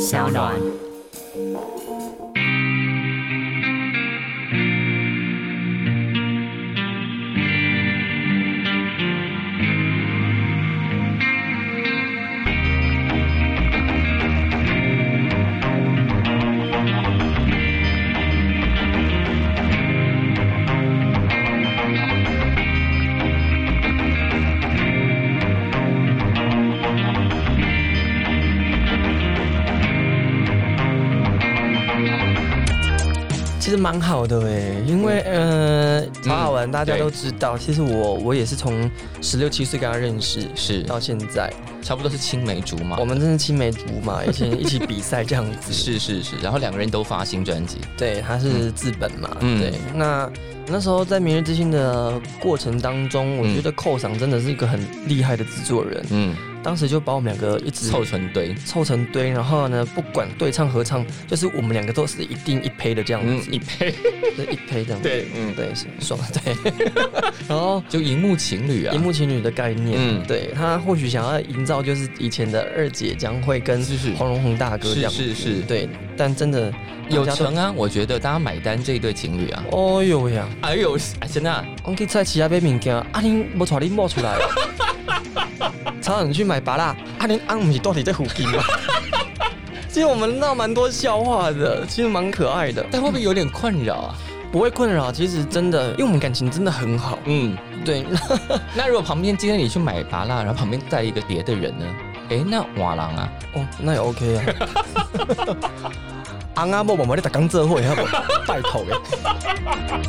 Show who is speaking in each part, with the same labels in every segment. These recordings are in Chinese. Speaker 1: 小暖。
Speaker 2: 其实蛮好的哎，因为呃，茶好玩大家
Speaker 3: 嗯对嗯
Speaker 2: 都知道。其实我我也是从十六七岁跟他认识，
Speaker 3: 是
Speaker 2: 到现在，
Speaker 3: 差不多是青梅竹马
Speaker 2: 我。们真是青梅竹 马，以前一起比赛这样子。
Speaker 3: 是是是，然后两个人都发新专辑，
Speaker 2: 对，他是资本嘛，
Speaker 3: 嗯
Speaker 2: 对。那那时候在《明日之星》的过程当中，我觉得寇赏真的是一个很厉害的制作人，
Speaker 3: 嗯，
Speaker 2: 当时就把我们两个一直
Speaker 3: 凑成堆，
Speaker 2: 凑成堆，然后呢，不管对唱合唱，就是我们两个都是一定一胚的这样
Speaker 3: 嗯，
Speaker 2: 子，
Speaker 3: 一配，
Speaker 2: 对一胚这样子，
Speaker 3: 对，嗯，
Speaker 2: 对，是爽，对。 然后
Speaker 3: 就荧幕情侣啊
Speaker 2: 荧，幕情侣的概念，
Speaker 3: 嗯
Speaker 2: 对他或许想要营造就是以前的二姐将会跟
Speaker 3: 是是
Speaker 2: 黄荣宏大哥这样子，
Speaker 3: 是是是
Speaker 2: 对，但真的
Speaker 3: 有
Speaker 2: 大家都
Speaker 3: 成啊，我觉得大家买单这一对情侣啊，
Speaker 2: 哦呦呀，
Speaker 3: 哎呦，哎真的啊，
Speaker 2: 我去菜市啊买物件，啊恁无带恁某出来哦， 超人去买芭拉，啊恁翁唔是到底在附近吗？其实我们闹蛮多笑话的，其实蛮可爱的，
Speaker 3: 但会不会有点困扰啊？
Speaker 2: 不会困扰。其实真的，因为我们感情真的很好，
Speaker 3: 嗯，
Speaker 2: 对，
Speaker 3: 那如果旁边今天你去买拔蜡，然后旁边带一个别的人呢？哎，那瓦郎啊，
Speaker 2: 哦，那也 OK 啊。 昂啊，某某某，你打刚这会，要不 拜托哎。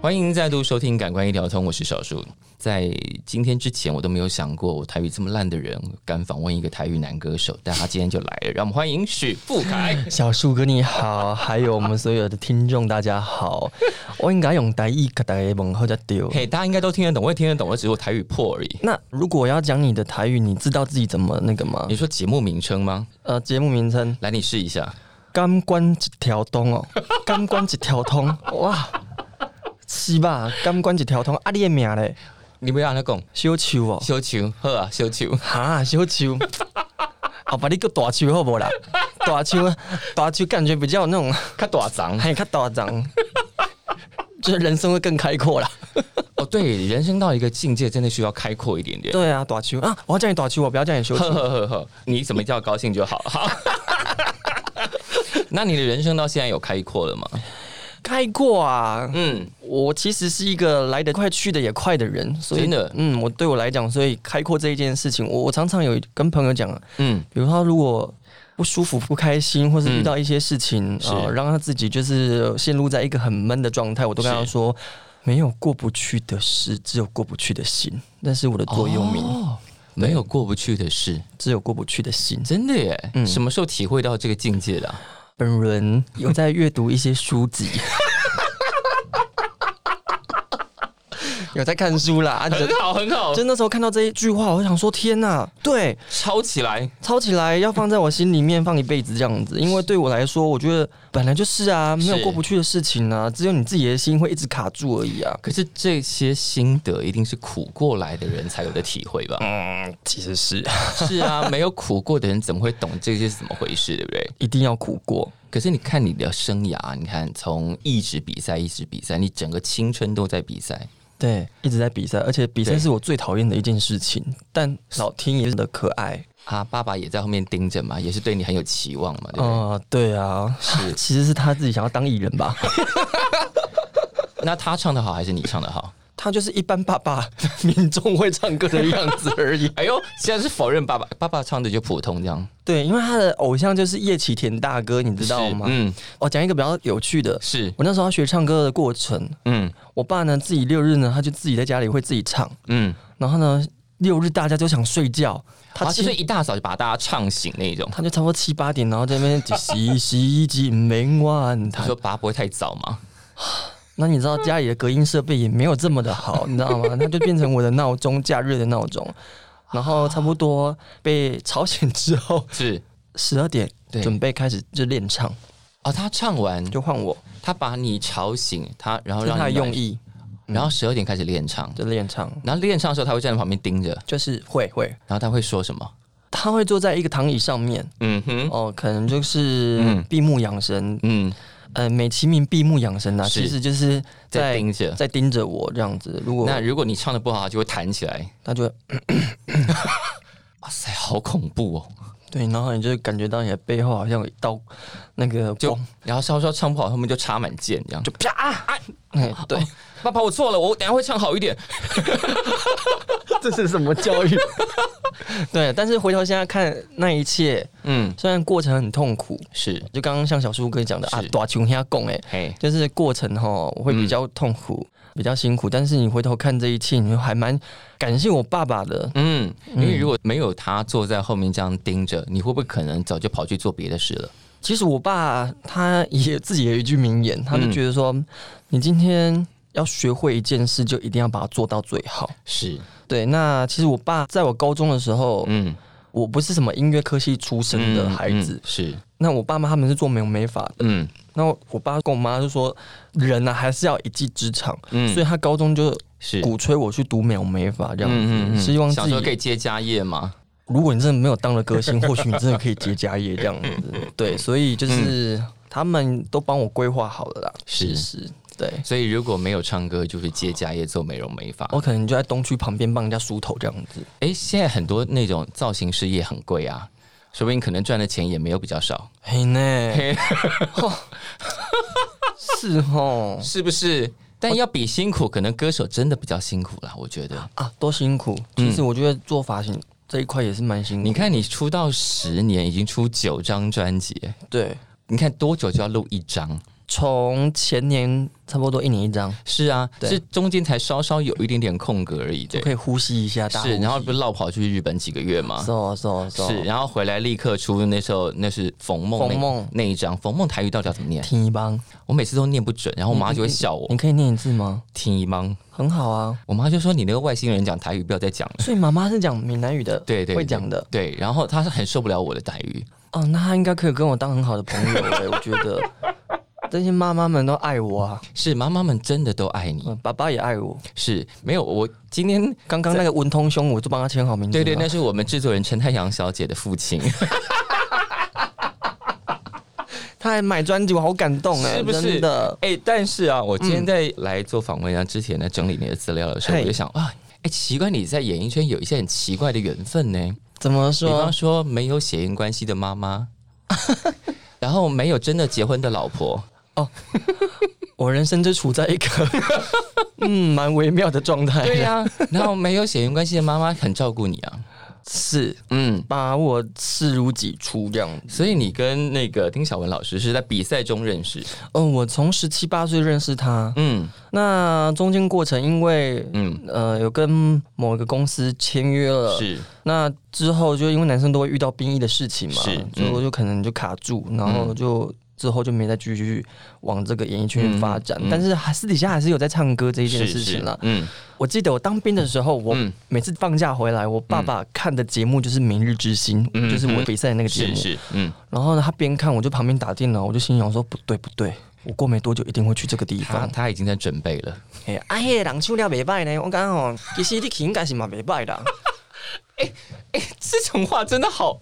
Speaker 3: 欢迎再度收听《感官一条通》，我是小树。在今天之前，我都没有想过我台语这么烂的人敢访问一个台语男歌手，但他今天就来了，让我们欢迎许富凯。
Speaker 2: 小树哥你好，还有我们所有的听众大家好， 我应该用台语给大家问好才对。
Speaker 3: 嘿，大家应该都听得懂，我也听得懂，我只是我台语破而已。
Speaker 2: 那如果要讲你的台语，你知道自己怎么那个吗
Speaker 3: 你？说节目名称吗？
Speaker 2: 呃，节目名称
Speaker 3: 来，你试一下。
Speaker 2: “甘关一条通” 哦，“甘关一条通”，哇，是吧？“甘关一条通”，啊，你的名嘞？
Speaker 3: 你不要让他讲，
Speaker 2: 小秋哦，
Speaker 3: 小球，呵啊，小球。
Speaker 2: 哈，小 秋，后把你叫大秋好不好 啦？大秋，大秋感觉比较有那种，
Speaker 3: 他多脏
Speaker 2: 还较大 张，就是人生会更开阔啦。
Speaker 3: 哦，对，人生到一个境界，真的需要开阔一点点。
Speaker 2: 对啊，大秋啊，我要叫你大秋，我不要叫你小
Speaker 3: 呵
Speaker 2: 秋。
Speaker 3: 呵呵呵，你怎么叫高兴就好。好，那你的人生到现在有开阔了吗？
Speaker 2: 开阔啊，
Speaker 3: 嗯，
Speaker 2: 我其实是一个来得快去得也快的人，所以
Speaker 3: 真的
Speaker 2: 嗯，我对我来讲，所以开阔这一件事情，我我常常有跟朋友讲，啊
Speaker 3: 嗯，
Speaker 2: 比如他如果不舒服、不开心，或是
Speaker 3: 嗯
Speaker 2: 遇到一些事情，
Speaker 3: 是
Speaker 2: 呃，让他自己就是陷入在一个很闷的状态，我都跟他
Speaker 3: 是
Speaker 2: 说，没有过不去的事，只有过不去的心。那是我的座右铭，
Speaker 3: 哦没有过不去的事，
Speaker 2: 只有过不去的心。
Speaker 3: 真的耶！
Speaker 2: 嗯
Speaker 3: 什么时候体会到这个境界的啊、
Speaker 2: 本人有在阅读一些书籍。 有在看书啦，啊，就
Speaker 3: 很好，很好，
Speaker 2: 就那时候看到这一句话，我想说天呐，对，
Speaker 3: 抄起来。
Speaker 2: 抄起来要放在我心里面放一辈子这样子，因为对我来说，我觉得本来就是啊，没有
Speaker 3: 是
Speaker 2: 过不去的事情啊，只有你自己的心会一直卡住而已啊。
Speaker 3: 可是这些心得一定是苦过来的人才有的体会吧？
Speaker 2: 嗯，其实是
Speaker 3: 是啊， 没有苦过的人怎么会懂这些是怎么回事，对不对？
Speaker 2: 一定要苦过，
Speaker 3: 可是你看你的生涯，你看从一直比赛一直比赛，你整个青春都在比赛，
Speaker 2: 对，一直在比赛，而且比赛
Speaker 3: 对
Speaker 2: 是我最讨厌的一件事情，但老天爷的可爱，
Speaker 3: 啊，爸爸也在后面盯着嘛，也是对你很有期望嘛，对不对？
Speaker 2: 啊、对啊， 其实是他自己想要当艺人 吧，
Speaker 3: 那他唱的好还是你唱 的好？
Speaker 2: 他就是一般爸爸 民众会唱歌 的样子而已。
Speaker 3: 哎呦，现在是否认爸爸，爸爸唱的就普通这样，
Speaker 2: 对，因为他的偶像就是叶启田大哥，你知道
Speaker 3: 是
Speaker 2: 吗？
Speaker 3: 嗯，
Speaker 2: 我讲一个比较有趣的，
Speaker 3: 是，
Speaker 2: 我那时候要学唱歌的过程，
Speaker 3: 嗯
Speaker 2: 我爸呢自己六日呢，他就自己在家里会自己唱，
Speaker 3: 嗯，
Speaker 2: 然后呢六日大家都想睡觉，
Speaker 3: 他
Speaker 2: 他
Speaker 3: 其
Speaker 2: 七、
Speaker 3: 实一大早就把大家唱醒那种。
Speaker 2: 他就差不多七八点，然后在那边洗洗几明晚
Speaker 3: 他
Speaker 2: 谈
Speaker 3: 说：“。爸不会太早吗
Speaker 2: 那你知道家里的隔音设备也没有这么的好，你知道吗？那就变成我的闹钟，假日的闹钟。然后差不多被吵醒之后，？”
Speaker 3: 是，
Speaker 2: 十二点
Speaker 3: 对
Speaker 2: 准备开始就练唱。
Speaker 3: 哦，他唱完，
Speaker 2: 就换我，
Speaker 3: 他把你吵醒，他嗯然后
Speaker 2: 这是
Speaker 3: 让
Speaker 2: 他的
Speaker 3: 你
Speaker 2: 用
Speaker 3: 来，
Speaker 2: 意，
Speaker 3: 然后十二点开始练唱，
Speaker 2: 就练唱，
Speaker 3: 然后练唱的时候他会站在旁边盯着，
Speaker 2: 就是会会，
Speaker 3: 然后他会说什么？
Speaker 2: 他会坐在一个躺椅上面，
Speaker 3: 嗯哼，
Speaker 2: 哦，可能就是
Speaker 3: 嗯
Speaker 2: 闭目养神，
Speaker 3: 嗯，
Speaker 2: 呃，美其名闭目养神啊，
Speaker 3: 是
Speaker 2: 其实就是
Speaker 3: 在
Speaker 2: 在
Speaker 3: 盯着。
Speaker 2: 在盯着我这样子。如果
Speaker 3: 那如果你唱的不好，他就会弹起来。
Speaker 2: 他就会
Speaker 3: 哇塞，好恐怖哦！
Speaker 2: 对，然后你就感觉到你的背后好像有一道那个
Speaker 3: 就
Speaker 2: 光，
Speaker 3: 然后稍稍唱不好，他们就插满剑这样。
Speaker 2: 就啪啊！哎，对，
Speaker 3: 爸爸，我错了，我等一下会唱好一点。
Speaker 2: 这是什么教 育？ 对，但是回头现在看那一切，
Speaker 3: 嗯，
Speaker 2: 虽然过程很痛苦，
Speaker 3: 是，
Speaker 2: 就刚刚像小叔哥讲的啊
Speaker 3: 是，嗯
Speaker 2: 短穷下供哎，
Speaker 3: 嘿，
Speaker 2: 就是过程哈会比较痛苦，比较辛苦，但是你回头看这一切，你还蛮感谢我爸爸的。
Speaker 3: 嗯，因为如果没有他坐在后面这样盯着，你会不会可能早就跑去做别的事了？
Speaker 2: 其实我爸他也自己有一句名言，他就
Speaker 3: 嗯
Speaker 2: 觉得说，你今天要学会一件事，就一定要把它做到最好。
Speaker 3: 是，
Speaker 2: 对，那其实我爸在我高中的时候，
Speaker 3: 嗯，
Speaker 2: 我不是什么音乐科系出身的孩子，
Speaker 3: 嗯嗯是，
Speaker 2: 那我爸妈他们是做美容美发的，
Speaker 3: 嗯
Speaker 2: 那我爸跟我妈就说，人呢、啊、还是要一技之长，嗯
Speaker 3: 嗯，
Speaker 2: 所以他高中就是鼓吹我去读美容美发这样子，
Speaker 3: 嗯
Speaker 2: 希望自
Speaker 3: 小时候可
Speaker 2: 己
Speaker 3: 以接家业嘛。
Speaker 2: 如果你真的没有当了歌 星，或许你真的可以接家业这样子。
Speaker 3: 嗯
Speaker 2: 对，所以就是、他们都帮我规划好了啦。
Speaker 3: 是
Speaker 2: 是，对。
Speaker 3: 所以如果没有唱歌，就是接家业做美容美发。
Speaker 2: 我可能就在东区旁边帮人家梳头这样子，
Speaker 3: 哎、现在很多那种造型师也很贵啊，说不定可能赚的钱也没有比较少，
Speaker 2: 嘿呢， 吼是哦
Speaker 3: 是不是？但要比辛苦，可能歌手真的比较辛苦啦，我觉得。
Speaker 2: 啊，多辛苦！其实我觉得做发型这一块也是蛮辛苦。
Speaker 3: 嗯你，看，你出道十年，已经出九张专辑，
Speaker 2: 对，
Speaker 3: 你看多久就要录一张？
Speaker 2: 从前年差不多一年一张，
Speaker 3: 是啊，
Speaker 2: 对
Speaker 3: 是中间才稍稍有一点点空格而已，
Speaker 2: 就
Speaker 3: 对。
Speaker 2: 可以呼吸一下大呼吸。哦
Speaker 3: 是，然后不是绕跑去日本几个月吗？
Speaker 2: 走走走，
Speaker 3: 是，然后回来立刻出那时候那是冯梦那
Speaker 2: 冯梦
Speaker 3: 那一张，冯梦台语到底要怎么念？
Speaker 2: 听一帮，
Speaker 3: 我每次都念不准，然后我妈
Speaker 2: 嗯
Speaker 3: 就会笑我
Speaker 2: 你可以念一次吗？
Speaker 3: 听一帮，
Speaker 2: 很好啊，
Speaker 3: 我妈就说你那个外星人讲台语不要再 讲了。
Speaker 2: 所以妈妈是讲闽南语的，
Speaker 3: 对对，
Speaker 2: 会讲的。
Speaker 3: 对。对，然后她是很受不了我的台语，
Speaker 2: 哦，那她应该可以跟我当很好的朋友哎、我觉 得这些妈妈们都爱我啊，
Speaker 3: 是妈妈们真的都爱你，
Speaker 2: 嗯爸爸也爱我。
Speaker 3: 是没有我今天。
Speaker 2: 刚刚那个文通兄，我就帮他签好名字
Speaker 3: 对
Speaker 2: 嘛。
Speaker 3: 对，那是我们制作人陈太阳小姐的父亲，
Speaker 2: 他还买专辑，我好感动哎、
Speaker 3: 是不是
Speaker 2: 真的，
Speaker 3: 哎、但是啊，我今天在来做访问啊之前呢，整理你的资料的时候，
Speaker 2: 嘿
Speaker 3: 我就想啊，哎、奇怪，你在演艺圈有一些很奇怪的缘分呢，
Speaker 2: 怎么
Speaker 3: 比
Speaker 2: 说
Speaker 3: 方？说没有血缘关系的妈 妈，然后没有真的结婚的老婆，
Speaker 2: 我人生就处在一个 嗯蛮微妙的状态。啊
Speaker 3: 对、呀、 然后没有血缘关系的妈妈很照顾你啊，
Speaker 2: 是
Speaker 3: 嗯，
Speaker 2: 把我视如己出这样子。
Speaker 3: 所以你跟那个丁晓文老师是在比赛中认识，
Speaker 2: 嗯，我从十七八岁认识他，
Speaker 3: 嗯
Speaker 2: 那中间过程因为
Speaker 3: 嗯，
Speaker 2: 呃有跟某一个公司签约了，
Speaker 3: 是
Speaker 2: 那之后就因为男生都会遇到兵役的事情嘛，
Speaker 3: 是
Speaker 2: 所以
Speaker 3: 嗯
Speaker 2: 我就可能就卡住，然后就、之后就没再继续往这个演艺圈发展。
Speaker 3: 嗯嗯
Speaker 2: 但是还私底下还是有在唱歌这一件
Speaker 3: 是
Speaker 2: 事
Speaker 3: 是
Speaker 2: 情啦。
Speaker 3: 嗯
Speaker 2: 我记得我当兵的时候，我
Speaker 3: 嗯
Speaker 2: 每次放假回来，我爸爸看的节目就是《明日之星》，
Speaker 3: 嗯
Speaker 2: 就是我
Speaker 3: 嗯
Speaker 2: 比赛的那个节
Speaker 3: 是
Speaker 2: 目。
Speaker 3: 是嗯，
Speaker 2: 然后呢，他边看我就旁边打电脑，我就心想说不对不对。我过没多久一定会去这个地
Speaker 3: 他
Speaker 2: 方。
Speaker 3: 他已经在准备了。
Speaker 2: 哎，啊，迄个人唱了袂歹呢，我讲吼，其实你去应该是嘛袂歹 啦，
Speaker 3: 这种话真的好，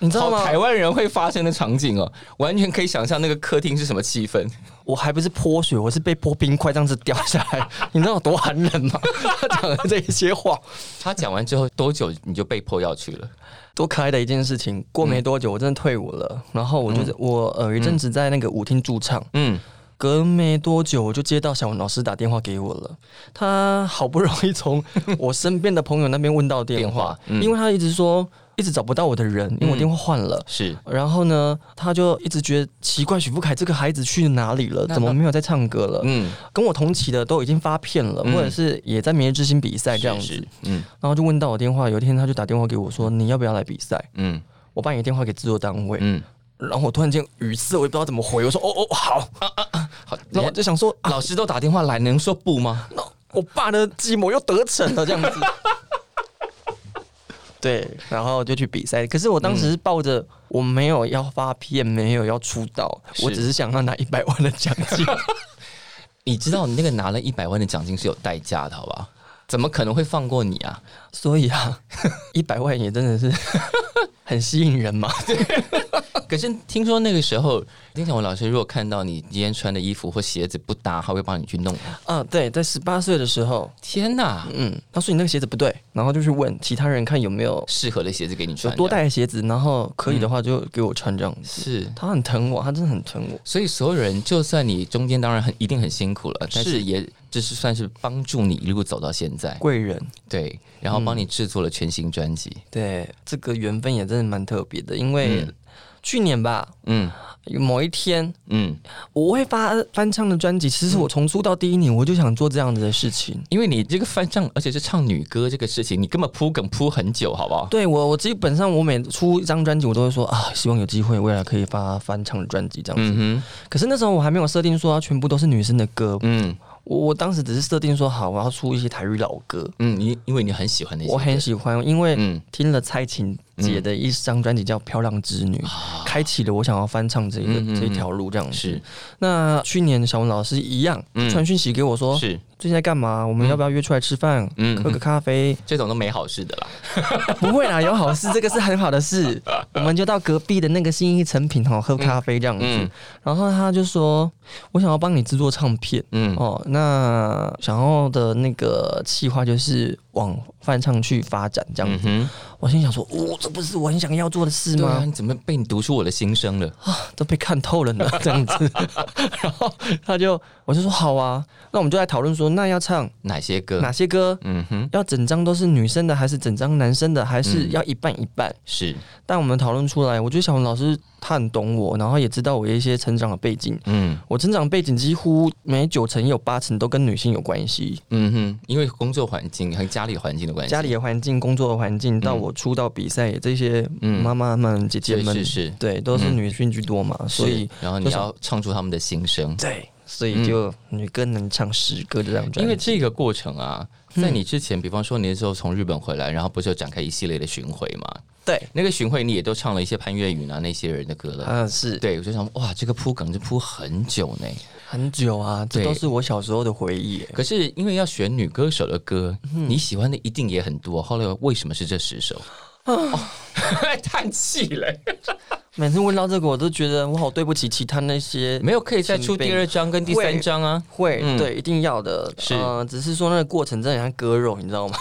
Speaker 2: 你知道吗
Speaker 3: 好？台湾人会发生的场景哦，完全可以想象那个客厅是什么气氛。
Speaker 2: 我还不是泼水，我是被泼冰块这样子掉下 来，你知道有多寒冷吗？他讲的这些话，
Speaker 3: 他讲完之后多久你就被迫要去了？
Speaker 2: 多可爱的一件事情。过
Speaker 3: 嗯
Speaker 2: 没多久，我真的退伍了，然后我就是、我呃有一阵子在那个舞厅驻唱，
Speaker 3: 嗯，
Speaker 2: 隔没多久我就接到小文老师打电话给我了，他好不容易从我身边的朋友那边问到电
Speaker 3: 电
Speaker 2: 话
Speaker 3: 话， 嗯
Speaker 2: 因为他一直说一直找不到我的人，因为我电话换了。
Speaker 3: 是。
Speaker 2: 然后呢，他就一直觉得奇怪，许富凯这个孩子去哪里了？
Speaker 3: 那
Speaker 2: 怎么没有在唱歌了？
Speaker 3: 嗯，
Speaker 2: 跟我同期的都已经发片了，
Speaker 3: 嗯
Speaker 2: 或者是也在明日之星比赛这样子，
Speaker 3: 是是嗯
Speaker 2: 然后就问到我电话。有一天他就打电话给我说：“你要不要来比赛
Speaker 3: 嗯？”
Speaker 2: 我把你的电话给制作单位，
Speaker 3: 嗯，
Speaker 2: 然后我突然间语塞，我也不知道怎么回。我说：“哦哦，好。
Speaker 3: 好，
Speaker 2: 然后
Speaker 3: 老
Speaker 2: 就想说，
Speaker 3: 老师都打电话来，能说不吗？
Speaker 2: 那我爸的计谋又得逞了，这样子。对，然后就去比赛。可是我当时是抱着我没有要发片，没有要出道，
Speaker 3: 是
Speaker 2: 我只是想要拿一百万的奖金。
Speaker 3: 你知道你那个拿了一百万的奖金是有代价的，好不好？怎么可能会放过你 啊？
Speaker 2: 所以啊，一百万也真的是 很吸引人嘛。
Speaker 3: 可是听说那个时候，丁小文老师如果看到你今天穿的衣服或鞋子不搭，他会帮你去弄。
Speaker 2: 啊，对，在十八岁的时候，
Speaker 3: 天哪，
Speaker 2: 嗯，他说你那个鞋子不对，然后就去问其他人看有没有
Speaker 3: 适合的鞋子给你
Speaker 2: 有
Speaker 3: 穿，
Speaker 2: 多带鞋子，然后可以的话就给我穿这样子。
Speaker 3: 是。
Speaker 2: 他很疼我，他真的很疼我。
Speaker 3: 所以所有人，就算你中间当然很一定很辛苦了，但是也就是算是帮助你一路走到现在，
Speaker 2: 贵人，
Speaker 3: 对，然后帮你制作了全新专辑，
Speaker 2: 对这个缘分也真的蛮特别的，因为
Speaker 3: 嗯
Speaker 2: 去年吧，
Speaker 3: 嗯
Speaker 2: 某一天
Speaker 3: 嗯，
Speaker 2: 我会发呃翻唱的专辑，其实我从出道第一年我就想做这样子的事情。
Speaker 3: 因为你这个翻唱，而且是唱女歌这个事情，你根本铺梗铺很久，好不好？
Speaker 2: 对我，我基本上我每出一张专辑，我都会说啊，希望有机会未来可以发翻唱的专辑这样子。
Speaker 3: 嗯哼，
Speaker 2: 可是那时候我还没有设定说要全部都是女生的歌，
Speaker 3: 嗯
Speaker 2: 我我当时只是设定说好，我要出一些台语老歌，
Speaker 3: 嗯，你因为你很喜欢那些，
Speaker 2: 我很喜欢，因为
Speaker 3: 嗯
Speaker 2: 听了蔡琴姐的一张专辑叫《漂亮之女》，开启了我想要翻唱这个、
Speaker 3: 嗯嗯嗯嗯
Speaker 2: 这一条路这样子。
Speaker 3: 是
Speaker 2: 那去年小文老师一样
Speaker 3: 嗯
Speaker 2: 传讯息给我说，
Speaker 3: 是，
Speaker 2: 最近在干嘛？我们要不要约出来吃饭？
Speaker 3: 嗯
Speaker 2: 喝个咖 啡，
Speaker 3: 这种都没好事的啦。
Speaker 2: 不会啦，有好事，这个是很好的 事。我们就到隔壁的那个新一成品哦，喝咖啡这样子。
Speaker 3: 嗯嗯
Speaker 2: 然后他就说，我想要帮你制作唱片。
Speaker 3: 嗯
Speaker 2: 哦，那想要的那个计划就是往翻唱去发展这样
Speaker 3: 嗯
Speaker 2: 子。
Speaker 3: 哼，
Speaker 2: 我心想说，哦，这不是我很想要做的事
Speaker 3: 对
Speaker 2: 吗？
Speaker 3: 啊，你怎么被你读出我的心声了？
Speaker 2: 都被看透 了呢，这样子。然后他就，我就说好啊，那我们就来讨论说，那要唱
Speaker 3: 哪些歌？
Speaker 2: 哪些歌？
Speaker 3: 嗯哼，
Speaker 2: 要整张都是女生的，还是整张男生的，还是
Speaker 3: 嗯
Speaker 2: 要一半一半？
Speaker 3: 是，
Speaker 2: 但我们讨论出来，我觉得小红老师他很懂我，然后也知道我一些成长的背景。
Speaker 3: 嗯
Speaker 2: 我成长背景几乎每九成有八成都跟女性有关系，
Speaker 3: 嗯哼，因为工作环境和家里环境的关系，
Speaker 2: 家里的环境、工作的环境，到我出道比赛这些
Speaker 3: 嗯
Speaker 2: 妈妈们、姐姐
Speaker 3: 是
Speaker 2: 们，
Speaker 3: 是是，嗯
Speaker 2: 对，都是女性居多嘛，所以
Speaker 3: 是然后你
Speaker 2: 就是
Speaker 3: 要唱出他们的心声，
Speaker 2: 对，所以就女歌能唱诗歌这张专辑，
Speaker 3: 因为这个过程啊，在你之前，比方说你那时候从日本回来，然后不是有展开一系列的巡回嘛？
Speaker 2: 对，
Speaker 3: 那个巡回你也都唱了一些潘越云啊那些人的歌了。
Speaker 2: 啊是
Speaker 3: 对，我就想，哇，这个铺梗就铺很久呢。
Speaker 2: 很久啊，这
Speaker 3: 对
Speaker 2: 都是我小时候的回忆耶。
Speaker 3: 可是因为要选女歌手的歌，你喜欢的一定也很多。后来为什么是这十首？哦叹气嘞，
Speaker 2: 每次问到这个，我都觉得我好对不起其他那些
Speaker 3: 没有可以再出第二章跟第三章啊。
Speaker 2: 会、
Speaker 3: 嗯
Speaker 2: 对一定要的，
Speaker 3: 是
Speaker 2: 呃，只是说那个过程真的很像割肉，你知道吗？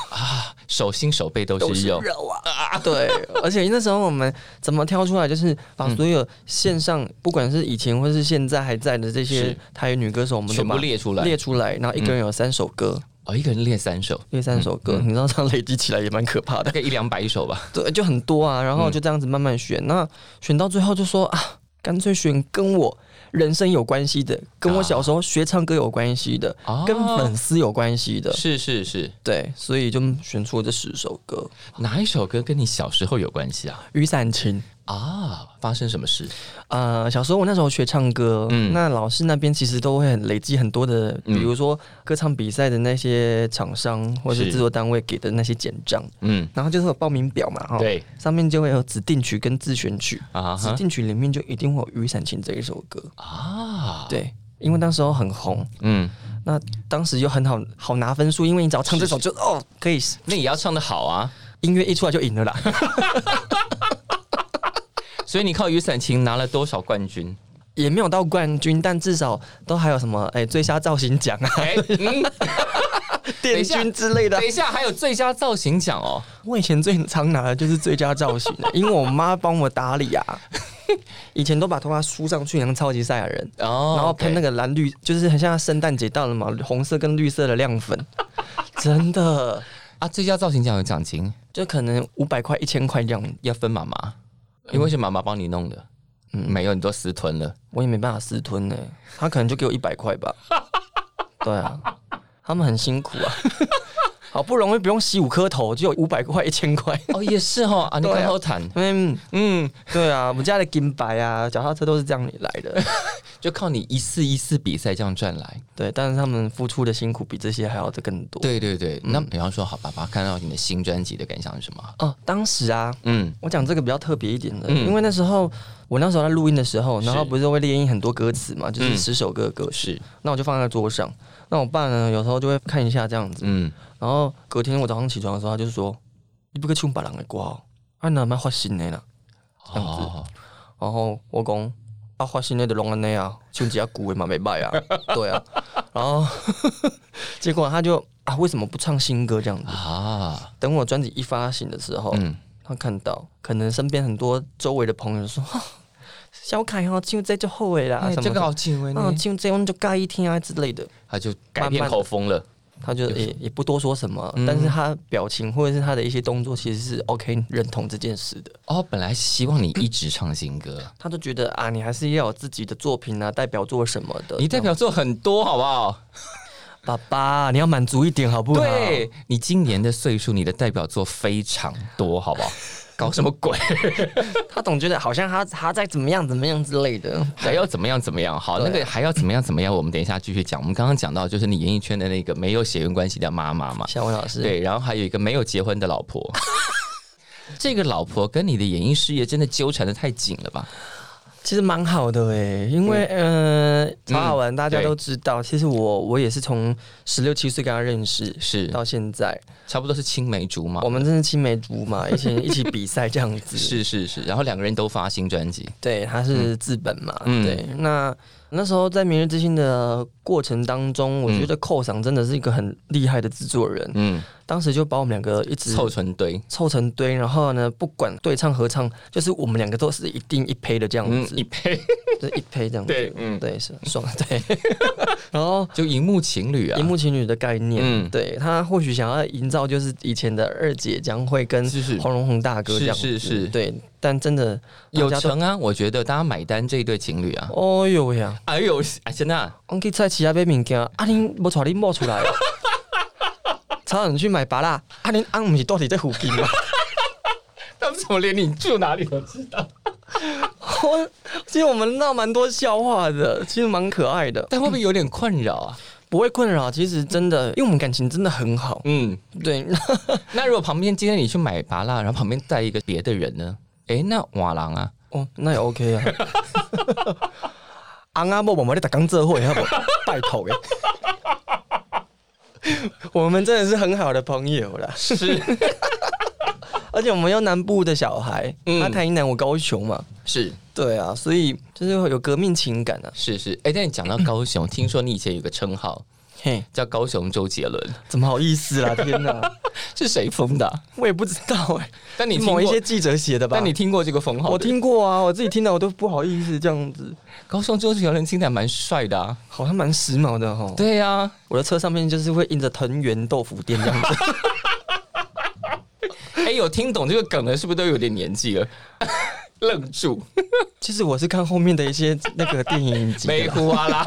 Speaker 3: 手心手背都
Speaker 2: 都
Speaker 3: 是
Speaker 2: 是
Speaker 3: 肉，
Speaker 2: 肉啊！ 对，而且那时候我们怎么挑出来，就是把所有线上，不管是以前或是现在还在的这些
Speaker 3: 是
Speaker 2: 台语女歌手，我们都
Speaker 3: 全
Speaker 2: 把
Speaker 3: 部列出来。
Speaker 2: 列出来，嗯然后一个人有三首歌，
Speaker 3: 哦，一个人列三首，
Speaker 2: 列三首歌，你知道这样累积起来也蛮可怕
Speaker 3: 大
Speaker 2: 的，
Speaker 3: 概一两百首吧。
Speaker 2: 对，就很多啊。然
Speaker 3: 嗯
Speaker 2: 后就这样子慢慢选，那选到最后就说啊，干脆选跟我人生有关系的，跟我小时候学唱歌有关系的，
Speaker 3: 啊哦
Speaker 2: 跟粉丝有关系的，
Speaker 3: 是是是，
Speaker 2: 对，所以就选出了这十首歌，《
Speaker 3: 哪一首歌跟你小时候有关系啊？
Speaker 2: 雨伞情》。
Speaker 3: 啊，发生什么事？
Speaker 2: 呃，小时候我那时候学唱歌，
Speaker 3: 嗯
Speaker 2: 那老师那边其实都会很累积很多的，
Speaker 3: 嗯
Speaker 2: 比如说歌唱比赛的那些厂商或是
Speaker 3: 是
Speaker 2: 制作单位给的那些简章，
Speaker 3: 嗯，
Speaker 2: 然后就是有报名表嘛，哈，
Speaker 3: 对
Speaker 2: 上面就会有指定曲跟自选曲，
Speaker 3: 啊
Speaker 2: 指
Speaker 3: 哈
Speaker 2: 定曲里面就一定会有《雨伞情》这一首歌，
Speaker 3: 啊，，
Speaker 2: 对。因为当时候很红，
Speaker 3: 嗯，
Speaker 2: 那当时又很好好拿分数，因为你只要唱这首就
Speaker 3: 嗯
Speaker 2: 哦，可以
Speaker 3: 那也要唱的好啊。
Speaker 2: 音乐一出来就赢了啦。
Speaker 3: 所以你靠《雨伞情》拿了多少冠 军？
Speaker 2: 也没有到冠军，但至少都还有什么哎、最佳造型奖啊、
Speaker 3: 哎，嗯，
Speaker 2: 殿军之类的
Speaker 3: 等。一下还有最佳造型奖哦。
Speaker 2: 我以前最常拿的就是最佳造型的，因为我妈帮我打理啊。以前都把头发梳上去，像超级赛亚人，
Speaker 3: 哦，
Speaker 2: 然后喷那
Speaker 3: 个，
Speaker 2: 个蓝绿，就是很像圣诞节到了嘛，红色跟绿色的亮粉， 真的
Speaker 3: 啊，最佳造型奖有奖金，
Speaker 2: 就可能五百块、一千块这样，
Speaker 3: 要分妈妈，因为是妈妈帮你弄的。嗯，没有，你都私吞了。
Speaker 2: 我也没办法私吞呢、他可能就给我一百块吧。对啊，他们很辛苦啊。 好不容易不用洗五颗头，就有五百块、一千块。
Speaker 3: 哦，也是哈、 啊，你
Speaker 2: 对啊
Speaker 3: 刚好谈，
Speaker 2: 嗯，
Speaker 3: 嗯，
Speaker 2: 对啊，我们家的金牌啊，脚踏车都是这样来的。
Speaker 3: 就靠你一次一次比赛这样赚来。
Speaker 2: 对，但是他们付出的辛苦比这些还要的更多。，
Speaker 3: 对对对，那比方说，好爸爸看到你的新专辑的感想是什么？
Speaker 2: 哦，当时啊，
Speaker 3: 嗯，
Speaker 2: 我讲这个比较特别一点的，
Speaker 3: 嗯
Speaker 2: 因为那时候我那时候在录音的时候，
Speaker 3: 是
Speaker 2: 然后不是会列印很多歌词嘛，就是
Speaker 3: 嗯
Speaker 2: 十首歌的歌词，
Speaker 3: 是，
Speaker 2: 那我就放在桌上。那我爸呢，有时候就会看一下这样子，
Speaker 3: 嗯，
Speaker 2: 然后隔天我早上起床的时候，他就说：“你不可以唱别人的歌哦，啊哪蛮发新的啦。这样子
Speaker 3: 哦，”
Speaker 2: 然后我讲：“啊发新的就拢安尼啊，唱一下古的嘛没歹啊，对啊。”然后 结果他就啊为什么不唱新歌这样子？
Speaker 3: 啊，
Speaker 2: 等我专辑一发行的时候，
Speaker 3: 嗯，
Speaker 2: 他看到，可能身边很多周围的朋友说， 啊小凯哦，唱这就后悔啦，
Speaker 3: 哎
Speaker 2: 什么
Speaker 3: 这个
Speaker 2: 的
Speaker 3: 好嗯轻微呢
Speaker 2: 啊，，唱这我们就尬一天啊之类的。
Speaker 3: 他就改变口风了。
Speaker 2: 他就
Speaker 3: 有
Speaker 2: 也也不多说什么，
Speaker 3: 嗯
Speaker 2: 但是他表情或者是他的一些动作，其实是 OK 认同这件事的。
Speaker 3: 哦，本来希望你一直唱新歌，
Speaker 2: 他就觉得啊，你还是要有自己的作品啊，代表作什么的。
Speaker 3: 你代表作很多，好不好？
Speaker 2: 爸爸，你要满足一点好不好？
Speaker 3: 对你今年的岁数，你的代表作非常多，好不 好？搞什么鬼？
Speaker 2: 他总觉得好像他他在怎么样怎么样之类的。
Speaker 3: 还要怎么样怎么样？好，
Speaker 2: 对
Speaker 3: 那
Speaker 2: 啊
Speaker 3: 个还要怎么样怎么样？我们等一下继续讲。我们刚刚讲到，就是你演艺圈的那个没有血缘关系的妈妈嘛，
Speaker 2: 夏文老师，
Speaker 3: 对，然后还有一个没有结婚的老婆。 这个老婆跟你的演艺事业真的纠缠的太紧了吧？
Speaker 2: 其实蛮好的诶，因为
Speaker 3: 嗯
Speaker 2: 呃，曹好玩大家都知道，其实我我也是从十六七岁跟他认识
Speaker 3: 是，
Speaker 2: 到现在，
Speaker 3: 差不多是青梅竹马
Speaker 2: 我。们真是青梅竹 马，一起一起比赛这样子。，
Speaker 3: 是是是，然后两个人都发新专辑，
Speaker 2: 对，他是资本嘛，
Speaker 3: 嗯
Speaker 2: 对。那那时候在《明日之星》的过程当中，我觉得寇赏真的是一个很厉害的制作人，
Speaker 3: 嗯，
Speaker 2: 当时就把我们两个一直
Speaker 3: 凑成堆，
Speaker 2: 凑成堆，然后呢，不管对唱合唱，就是我们两个都是一定一胚的这样
Speaker 3: 嗯，
Speaker 2: 子，
Speaker 3: 一配，
Speaker 2: 就是一胚这样子。
Speaker 3: 对，嗯，
Speaker 2: 对，是爽， 对。然后
Speaker 3: 就荧幕情侣啊
Speaker 2: 荧，幕情侣的概念，
Speaker 3: 嗯
Speaker 2: 对他或许想要营造就是以前的二姐将会跟
Speaker 3: 是是
Speaker 2: 黄荣宏大哥这样子，
Speaker 3: 是是是
Speaker 2: 对，但真的
Speaker 3: 有
Speaker 2: 大家都
Speaker 3: 成啊，我觉得大家买单这一对情侣啊，
Speaker 2: 哦哟喂呀，
Speaker 3: 哎呦，哎真的啊
Speaker 2: 我去菜市啊买物件，啊恁无带恁某出来哦， 差点去买芭拉，啊恁翁毋是到底在附近吗？
Speaker 3: 他们怎么连你住哪里都知道？
Speaker 2: 我其实我们闹蛮多笑话的，其实蛮可爱的，
Speaker 3: 但会不会有点困扰啊？
Speaker 2: 不会困扰。其实真的，因为我们感情真的很好，
Speaker 3: 嗯，
Speaker 2: 对，
Speaker 3: 那如果旁边今天你去买拔蜡，然后旁边带一个别的人呢？哎，那瓦郎啊，
Speaker 2: 哦，那也 OK 啊。 昂阿某我们咧打工做伙，好不好？拜托诶。 我们真的是很好的朋友啦，
Speaker 3: 是
Speaker 2: 而且我们又南部的小孩，
Speaker 3: 嗯
Speaker 2: 他台南，我高雄嘛，
Speaker 3: 是
Speaker 2: 对啊，所以就是会有革命情感啊。
Speaker 3: 是是，哎，但你讲到高雄，听说你以前有个称 号
Speaker 2: 嘿，
Speaker 3: 叫高雄周杰伦，
Speaker 2: 怎么好意思啦？天哪，
Speaker 3: 是谁封的啊？
Speaker 2: 我也不知道哎、
Speaker 3: 但你
Speaker 2: 是
Speaker 3: 听
Speaker 2: 某一
Speaker 3: 过
Speaker 2: 些，记者写的吧？
Speaker 3: 但你听过这个封号？
Speaker 2: 我，听过啊，我自己听到我都不好意思这样子，
Speaker 3: 高雄周杰伦听起来蛮帅的啊。
Speaker 2: 好像蛮时髦的哈。
Speaker 3: 对啊呀，
Speaker 2: 我的车上面就是会印着藤原豆腐店这样子。
Speaker 3: 哎，有听懂这个梗的，是不是都有点年纪了？ 愣住，
Speaker 2: 其实我是看后面的一些那个电影影集的啦
Speaker 3: 没呼 啊啦。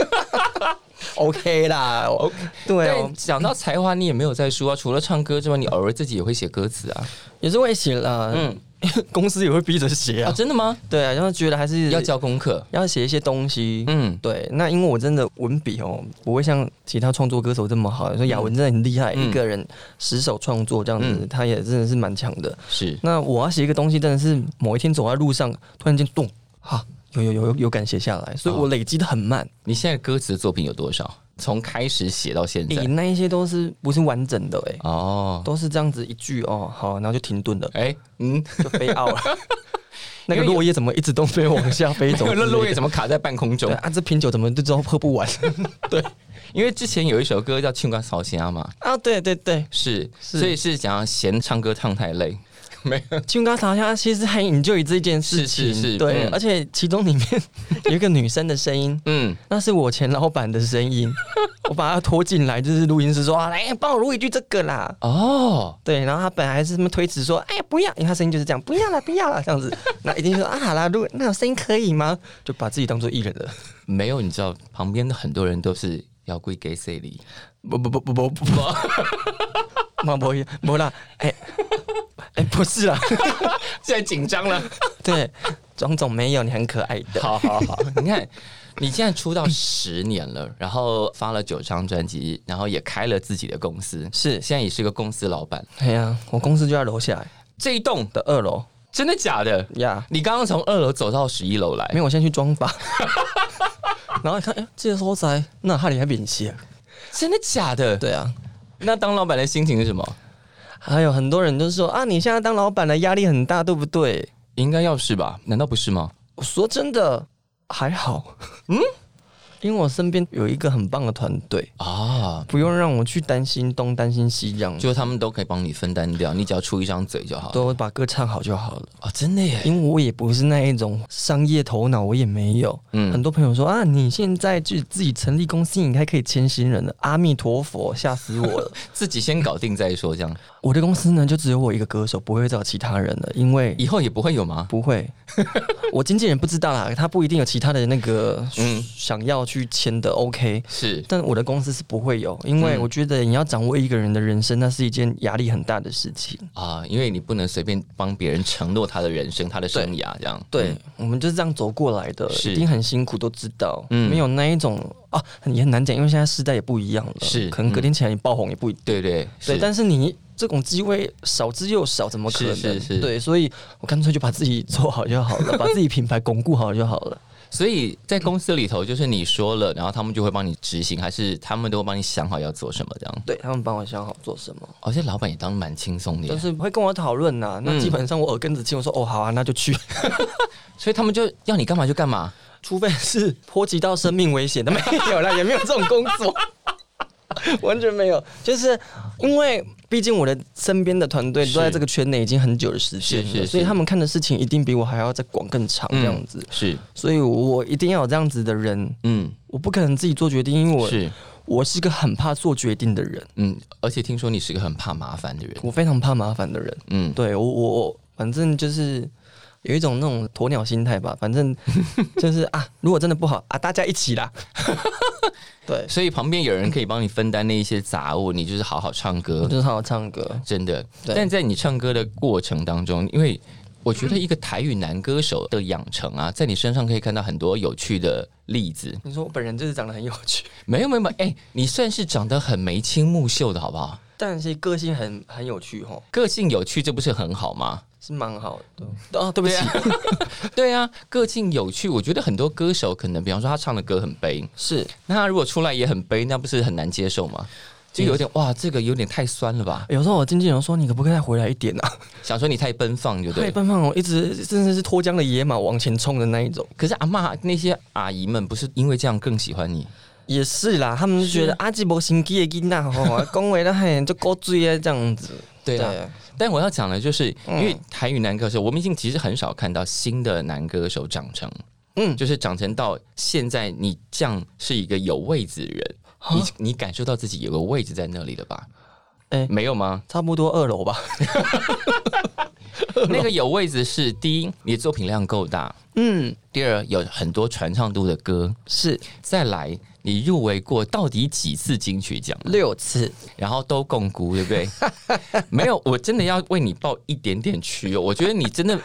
Speaker 2: OK 啦，OK，对哦
Speaker 3: 但，讲到才华，你也没有在输啊。除了唱歌之外，你偶尔自己也会写歌词啊。
Speaker 2: 也是会写啦，
Speaker 3: 嗯，
Speaker 2: 公司也会逼着写
Speaker 3: 啊，
Speaker 2: 啊，
Speaker 3: 真的吗？
Speaker 2: 对啊，然后觉得还是
Speaker 3: 要交功课。
Speaker 2: 要写一些东西，
Speaker 3: 嗯，
Speaker 2: 对，那因为我真的文笔哦，不会像其他创作歌手这么好，说雅文真的很厉害，
Speaker 3: 嗯
Speaker 2: 一个人十首创作这样子，
Speaker 3: 嗯
Speaker 2: 他也真的是蛮强的。
Speaker 3: 是
Speaker 2: 那我要写一个东西，真的是某一天走在路上，突然间动，哈，有有有有有敢写下来，所
Speaker 3: 啊
Speaker 2: 以我累积的很慢，
Speaker 3: 你现在歌词作品有多少？从开始写到现
Speaker 2: 诶、
Speaker 3: 在？
Speaker 2: 那一些都是不是完整的诶、
Speaker 3: 哦，
Speaker 2: 都是这样子一句哦，好，然后就停顿 了。
Speaker 3: 哎、 嗯，
Speaker 2: 就飞奥了。 那个落叶怎么一直都没有往下飞走之类的？
Speaker 3: 那落叶怎么卡在半空中
Speaker 2: 对？啊，这瓶酒怎么就之后喝不 完？
Speaker 3: 因为之前有一首歌叫《庆瓜烧虾》嘛，
Speaker 2: 啊，对对对，
Speaker 3: 是，
Speaker 2: 是
Speaker 3: 所以是讲嫌唱歌唱太累，没有，
Speaker 2: 青瓜茶下其实很 enjoy 这件事情，
Speaker 3: 是是是
Speaker 2: 对，
Speaker 3: 嗯
Speaker 2: 而且其中里面 有一个女生的声音。
Speaker 3: 嗯，
Speaker 2: 那是我前老板的声音，我把她拖进来，就是录音师说：“啊来，帮我录一句这个啦。
Speaker 3: 哦”，
Speaker 2: 对，然后他本来是什么推辞说：“哎呀，不要！”因为他声音就是这样，“不要啦，不要啦”这样子。那一定说：“啊，好啦，录那有声音可以吗？”就把自己当做艺人了。
Speaker 3: 没有，你知道旁边的很多人都是。要归给谁里？
Speaker 2: 不不不不不不，嘛不一不啦，哎、哎、不是啦，
Speaker 3: 现在紧张 了。
Speaker 2: 对，庄总没有，你很可爱的。
Speaker 3: 好好好，你看你现在出道十年了，然后发了九张专辑，然后也开了自己的公司，
Speaker 2: 是
Speaker 3: 现在也是个公司老板。
Speaker 2: 哎呀、我公司就在楼下
Speaker 3: 这一栋
Speaker 2: 的二楼
Speaker 3: 真的假的？
Speaker 2: 呀
Speaker 3: 你刚刚从二楼走到十一楼来
Speaker 2: 没，有，我先去装吧。 然后一看，哎、这个所在，那哈里还免息。
Speaker 3: 真的假的？
Speaker 2: 对啊，
Speaker 3: 那当老板的心情是什么？
Speaker 2: 还有很多人就说啊，你现在当老板了，压力很大，对不对？
Speaker 3: 应该要是吧？难道不是吗？
Speaker 2: 我说真的，还好，嗯，因为我身边有一个很棒的团队，
Speaker 3: 啊，
Speaker 2: 不用让我去担心东担心西这样，
Speaker 3: 就是他们都可以帮你分担掉，你只要出一张嘴就好。
Speaker 2: 都把歌唱好就好了。
Speaker 3: 哦，真的耶！
Speaker 2: 因为我也不是那一种商业头脑，我也没有。
Speaker 3: 嗯
Speaker 2: 很多朋友说啊，你现在就自己成立公司，你应该可以签新人了。阿弥陀佛，吓死我 了！
Speaker 3: 自己先搞定再说，这样
Speaker 2: 我的公司呢，就只有我一个歌手，不会再有其他人了，因 为
Speaker 3: 以后也不会有吗？
Speaker 2: 不会。我经纪人不知道啦，他不一定有其他的那个
Speaker 3: 嗯
Speaker 2: 想要去签的。OK，
Speaker 3: 是，
Speaker 2: 但我的公司是不会有，因为
Speaker 3: 嗯
Speaker 2: 我觉得你要掌握一个人的人生，那是一件压力很大的事情。
Speaker 3: 啊，因为你不能随便帮别人承诺他的人生、他的生涯这样。
Speaker 2: 对，
Speaker 3: 嗯，
Speaker 2: 我们就是这样走过来的，
Speaker 3: 是
Speaker 2: 一定很辛苦，都知道。
Speaker 3: 嗯
Speaker 2: 没有那一种啊，也很难讲，因为现在时代也不一样了，
Speaker 3: 是
Speaker 2: 可能隔天起来你爆红也不一定。
Speaker 3: 对对
Speaker 2: 对，
Speaker 3: 是
Speaker 2: 但是你这种机会少之又少，怎么可能？
Speaker 3: 是是是
Speaker 2: 对，所以我干脆就把自己做好就好 了，把自己品牌巩固好就好了。
Speaker 3: 所以在公司里头，就是你说了，然后他们就会帮你执行，还是他们都会帮你想好要做什么这样？
Speaker 2: 对他们帮我想好做什么，
Speaker 3: 而、哦、且老板也当得蛮轻松的耶，
Speaker 2: 就是会跟我讨论呐。那
Speaker 3: 嗯
Speaker 2: 基本上我耳根子清，我说哦好啊，那就去，
Speaker 3: 所以他们就要你干嘛就干嘛。
Speaker 2: 除非是波及到生命危险的，没有啦，也没有这种工 作，完全没有。就是因为毕竟我的身边的团队
Speaker 3: 是
Speaker 2: 都在这个圈内已经很久的时间
Speaker 3: 是是
Speaker 2: 了，
Speaker 3: 是
Speaker 2: 所以他们看的事情一定比我还要再广更长这样子。
Speaker 3: 是，
Speaker 2: 所以我一定要有这样子的人，
Speaker 3: 嗯，
Speaker 2: 我不可能自己做决定，因为我
Speaker 3: 是，
Speaker 2: 我是个很怕做决定的人，
Speaker 3: 嗯，而且听说你是个很怕麻烦的人，
Speaker 2: 我非常怕麻烦的人。
Speaker 3: 嗯，
Speaker 2: 对我我我反正就是有一种那种鸵鸟心态吧，反正就是 啊，如果真的不好啊，大家一起啦。对，
Speaker 3: 所以旁边有人可以帮你分担那一些杂物，你就是好好唱歌
Speaker 2: 我，就是好好唱歌。
Speaker 3: 真的。
Speaker 2: 对
Speaker 3: 但在你唱歌的过程当中，因为我觉得一个台语男歌手的养成啊，在你身上可以看到很多有趣的例子。
Speaker 2: 你说我本人就是长得很有趣，
Speaker 3: 没有没有没有，哎、你算是长得很眉清目秀的好不好？
Speaker 2: 但是个性很很有趣吼，
Speaker 3: 个性有趣，这不是很好吗？
Speaker 2: 是蛮好的。啊，对不起，
Speaker 3: 对啊， 个性有趣，我觉得很多歌手可能，比方说他唱的歌很悲，
Speaker 2: 是
Speaker 3: 那他如果出来也很悲，那不是很难接受吗？就有点哇，这个有点太酸了吧？
Speaker 2: 有时候我经纪人说你可不可以再回来一点啊？
Speaker 3: 想说你太奔放，就
Speaker 2: 太
Speaker 3: 对了。
Speaker 2: 奔放了，我一直真的是脱缰的野马往前冲的那一种。
Speaker 3: 可是阿嬷那些阿姨们不是因为这样更喜欢你？
Speaker 2: 也是啦，他们就觉得啊阿基伯心机的囡仔吼， 恭维的很就够醉啊这样子。
Speaker 3: 对啊，但我要讲的就是，因
Speaker 2: 嗯
Speaker 3: 为台语男歌手，我们已经其实很少看到新的男歌手长成，
Speaker 2: 嗯，
Speaker 3: 就是长成到现在，你这样是一个有位子的人，
Speaker 2: 啊
Speaker 3: 你你感受到自己有个位置在那里了吧？
Speaker 2: 哎
Speaker 3: 没 有吗？
Speaker 2: 差不多二楼吧。
Speaker 3: 那个有位置是第一，你的作品量够大；
Speaker 2: 嗯，
Speaker 3: 第二，有很多传唱度的歌；
Speaker 2: 是
Speaker 3: 再来，你入围过到底几次金曲奖？
Speaker 2: 六次，
Speaker 3: 然后都共估，对不 对？没有，我真的要为你报一点点屈哦。我觉得你真的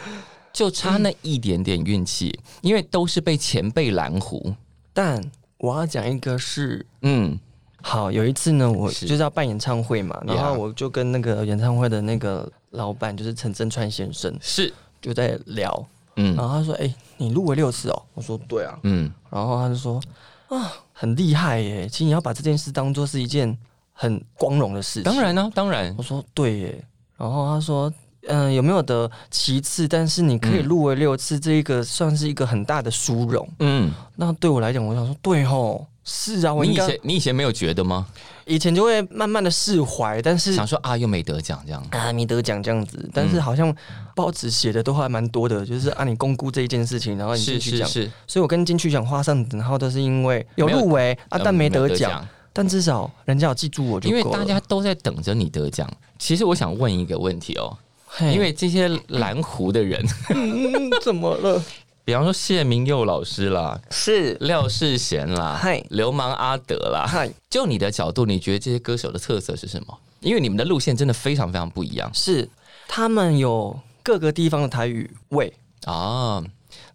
Speaker 3: 就差那一点点运气，因为都是被前辈拦胡。
Speaker 2: 但我要讲一个是。
Speaker 3: 嗯，
Speaker 2: 好，有一次呢，我
Speaker 3: 是
Speaker 2: 就是要办演唱会嘛，然后我就跟那个演唱会的那个老板，就是陈振川先生，
Speaker 3: 是，
Speaker 2: 就在聊，
Speaker 3: 嗯
Speaker 2: 然后他说：“哎、你入围六次哦。”我说：“对啊。
Speaker 3: 嗯，”
Speaker 2: 然后他就说：“啊，很厉害耶！其实你要把这件事当做是一件很光荣的事情。”
Speaker 3: 当然呢、当然
Speaker 2: 我说对耶，然后他说，嗯、有没有得其次？但是你可以入围六次，这一个算是一个很大的殊荣。
Speaker 3: 嗯，
Speaker 2: 那对我来讲，我想说，对吼，是啊，我
Speaker 3: 你
Speaker 2: 应
Speaker 3: 以
Speaker 2: 该
Speaker 3: 前你以前没有觉得吗？
Speaker 2: 以前就会慢慢的释怀，但是
Speaker 3: 想嗯说啊，又没得奖这样。
Speaker 2: 啊，没得奖这样子，但是好像报纸写的都还蛮多的，就是啊，你公估这一件事情，然后哦你
Speaker 3: 是
Speaker 2: 进去
Speaker 3: 是
Speaker 2: 讲，
Speaker 3: 是，
Speaker 2: 所以我跟金曲奖画上等号，都是因为有
Speaker 3: 没有
Speaker 2: 入围啊，
Speaker 3: 嗯
Speaker 2: 但没得奖，，但至少人家有记住我就
Speaker 3: 因为
Speaker 2: 够
Speaker 3: 大
Speaker 2: 了
Speaker 3: 家都在等着你得奖。其实我想问一个问题哦，
Speaker 2: 嘿
Speaker 3: 因为这些蓝湖的人，
Speaker 2: 嗯 怎么了？
Speaker 3: 比方说谢明佑老师啦，
Speaker 2: 是
Speaker 3: 廖世贤啦
Speaker 2: 嗨，
Speaker 3: 流氓阿德啦，
Speaker 2: 嗨。
Speaker 3: 就你的角度，你觉得这些歌手的特色是什么？因为你们的路线真的非常非常不一样
Speaker 2: 是他们有各个地方的台语味。
Speaker 3: 啊。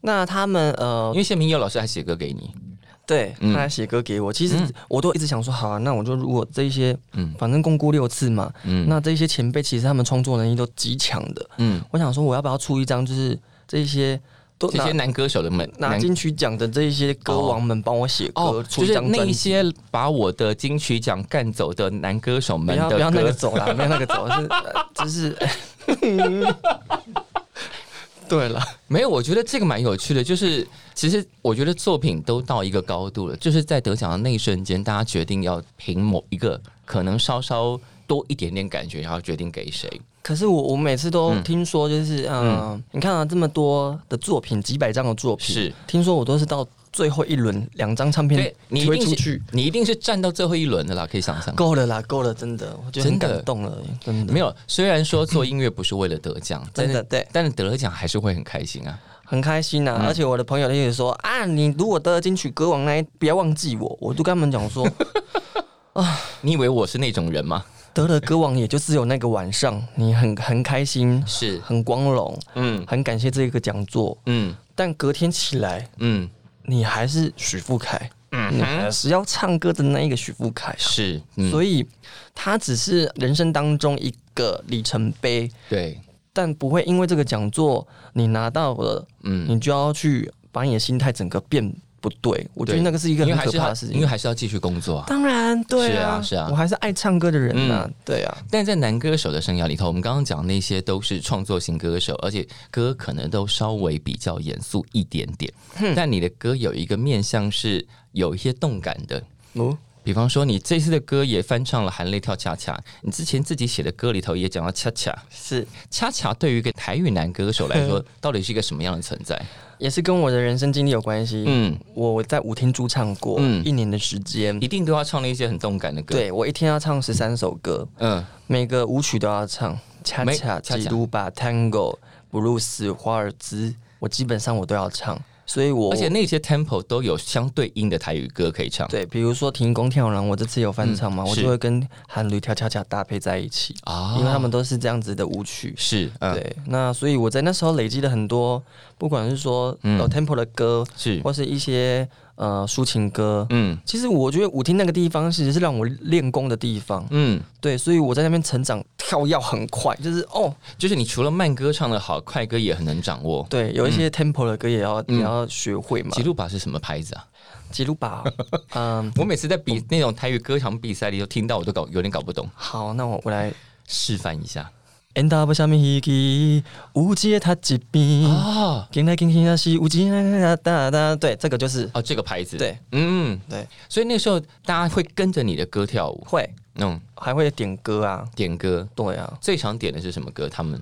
Speaker 2: 那他们呃
Speaker 3: 因，为谢明佑老师还写歌给你，
Speaker 2: 对，
Speaker 3: 嗯
Speaker 2: 他还写歌给我，其实我都一直想说，好啊，那我就如果这一些，
Speaker 3: 嗯
Speaker 2: 反正共估六次嘛，
Speaker 3: 嗯
Speaker 2: 那这一些前辈其实他们创作能力都极强的，
Speaker 3: 嗯，
Speaker 2: 我想说，我要不要出一张，就是这一些都
Speaker 3: 这
Speaker 2: 拿
Speaker 3: 些男歌手的们
Speaker 2: 拿
Speaker 3: 男
Speaker 2: 金曲奖的这一些歌王们帮我写歌，
Speaker 3: 哦，
Speaker 2: 出
Speaker 3: 就
Speaker 2: 一
Speaker 3: 是
Speaker 2: 张
Speaker 3: 那
Speaker 2: 专
Speaker 3: 一
Speaker 2: 辑。
Speaker 3: 些把我的金曲奖干走的男歌手
Speaker 2: 不
Speaker 3: 们
Speaker 2: 要不要
Speaker 3: 的
Speaker 2: 那个
Speaker 3: 歌，
Speaker 2: 走啦，不 要那个走，是呃只是。对了，
Speaker 3: 没有，我觉得这个蛮有趣的，就是其实我觉得作品都到一个高度了，就是在得奖的那一瞬间，大家决定要凭某一个可能稍稍多一点点感觉，然后决定给谁。
Speaker 2: 可是我我每次都
Speaker 3: 嗯
Speaker 2: 听说，就是嗯、呃你看啊，这么多的作品，几百张的作品，
Speaker 3: 是
Speaker 2: 听说我都是到最后一轮两张唱片
Speaker 3: 对你一
Speaker 2: 推
Speaker 3: 定
Speaker 2: 出
Speaker 3: 是
Speaker 2: 去，
Speaker 3: 你一定是站到最后一轮的啦，可以想象。
Speaker 2: 够了啦，够了，真的，我觉得很
Speaker 3: 真的
Speaker 2: 感动了，真的，
Speaker 3: 没有，虽然说做音乐不是为了得奖，但
Speaker 2: 真
Speaker 3: 是
Speaker 2: 的对，
Speaker 3: 但是得了奖还是会很开心啊。
Speaker 2: 很开心呐、而且我的朋友他也说啊，你如果得了金曲歌王那一，不要忘记我，我就跟他们讲 说，
Speaker 3: 你以为我是那种人吗？
Speaker 2: 得了歌王也就是有那个晚上，你很很开心，
Speaker 3: 是，
Speaker 2: 很光荣，
Speaker 3: 嗯
Speaker 2: 很感谢这个讲座，
Speaker 3: 嗯
Speaker 2: 但隔天起来，
Speaker 3: 嗯
Speaker 2: 你还是许富凯，你
Speaker 3: 嗯，
Speaker 2: 还是要唱歌的那一个许富凯啊、
Speaker 3: 是，嗯，
Speaker 2: 所以他只是人生当中一个里程碑，
Speaker 3: 对，
Speaker 2: 但不会因为这个讲座你拿到了，
Speaker 3: 嗯。
Speaker 2: 你就要去把你的心态整个变不对。我觉得
Speaker 3: 对
Speaker 2: 那个是一个
Speaker 3: 因为
Speaker 2: 很
Speaker 3: 还
Speaker 2: 可
Speaker 3: 是
Speaker 2: 怕
Speaker 3: 要
Speaker 2: 的事，
Speaker 3: 因为
Speaker 2: 情。
Speaker 3: 还是要继续工作啊。
Speaker 2: 当然，对啊，
Speaker 3: 是啊是啊嗯
Speaker 2: 我还是爱唱歌的人啊，对啊，
Speaker 3: 但在男歌手的生涯里头，我们刚刚讲那些都是创作型歌手，而且歌可能都稍微比较严肃一点点。但你的歌有一个面向是有一些动感的，
Speaker 2: 哦，
Speaker 3: 比方说你这次的歌也翻唱了《含泪跳恰恰》，你之前自己写的歌里头也讲到恰恰，
Speaker 2: 是，
Speaker 3: 恰恰对于一个台语男歌手来
Speaker 2: 嗯
Speaker 3: 说，到底是一个什么样的存在？
Speaker 2: 也是跟我的人生经历有关系。
Speaker 3: 嗯，
Speaker 2: 我在舞厅驻唱过
Speaker 3: 嗯
Speaker 2: 一年的时间，
Speaker 3: 一定都要唱了一些很动感的歌。，
Speaker 2: 对哦我一天要唱十三首歌，
Speaker 3: 嗯，
Speaker 2: 每个舞曲都要唱，恰
Speaker 3: 每
Speaker 2: 恰、
Speaker 3: 恰恰
Speaker 2: 基督吧、Tango、布鲁斯、华尔兹，我基本上我都要唱，所以我
Speaker 3: 而且那些 tempo 都有相对应的台语歌可以唱。
Speaker 2: 对，比如说《停工跳廊》，我这次有翻唱嘛，
Speaker 3: 嗯
Speaker 2: 我
Speaker 3: 是
Speaker 2: 就会跟韩驴跳恰恰搭配在一起，
Speaker 3: 啊
Speaker 2: 因为他们都是这样子的舞曲。
Speaker 3: 是，嗯，
Speaker 2: 对，那所以我在那时候累积了很多，不管是说
Speaker 3: 嗯
Speaker 2: 有 tempo 的歌，
Speaker 3: 是，
Speaker 2: 或是一些呃抒情歌。
Speaker 3: 嗯
Speaker 2: 其实我觉得舞厅那个地方其实是让我练功的地方，
Speaker 3: 嗯，
Speaker 2: 对，所以我在那边成长跳跃很快，就是哦，
Speaker 3: 就是你除了慢歌唱的好，快歌也很能掌握。
Speaker 2: 对，有一些 tempo 的歌也要、
Speaker 3: 嗯
Speaker 2: 也要学会嘛
Speaker 3: 吉。鲁巴是什么牌子啊？
Speaker 2: 吉鲁巴，嗯，
Speaker 3: 我每次在比那种台语歌唱比赛里头听到，我都搞有点搞不懂，
Speaker 2: 好，那我我来
Speaker 3: 示范一下
Speaker 2: N W 下面一个有一个他一边，
Speaker 3: 啊
Speaker 2: 进来进去那是有一个哒哒哒，对，这个就是
Speaker 3: 哦，这个牌子，
Speaker 2: 对，
Speaker 3: 嗯，
Speaker 2: 对，
Speaker 3: 所以那时候大家会跟着你的歌跳舞，
Speaker 2: 会
Speaker 3: 嗯，
Speaker 2: 还会点歌啊，
Speaker 3: 点歌
Speaker 2: 对啊，
Speaker 3: 最常点的是什么歌？他们，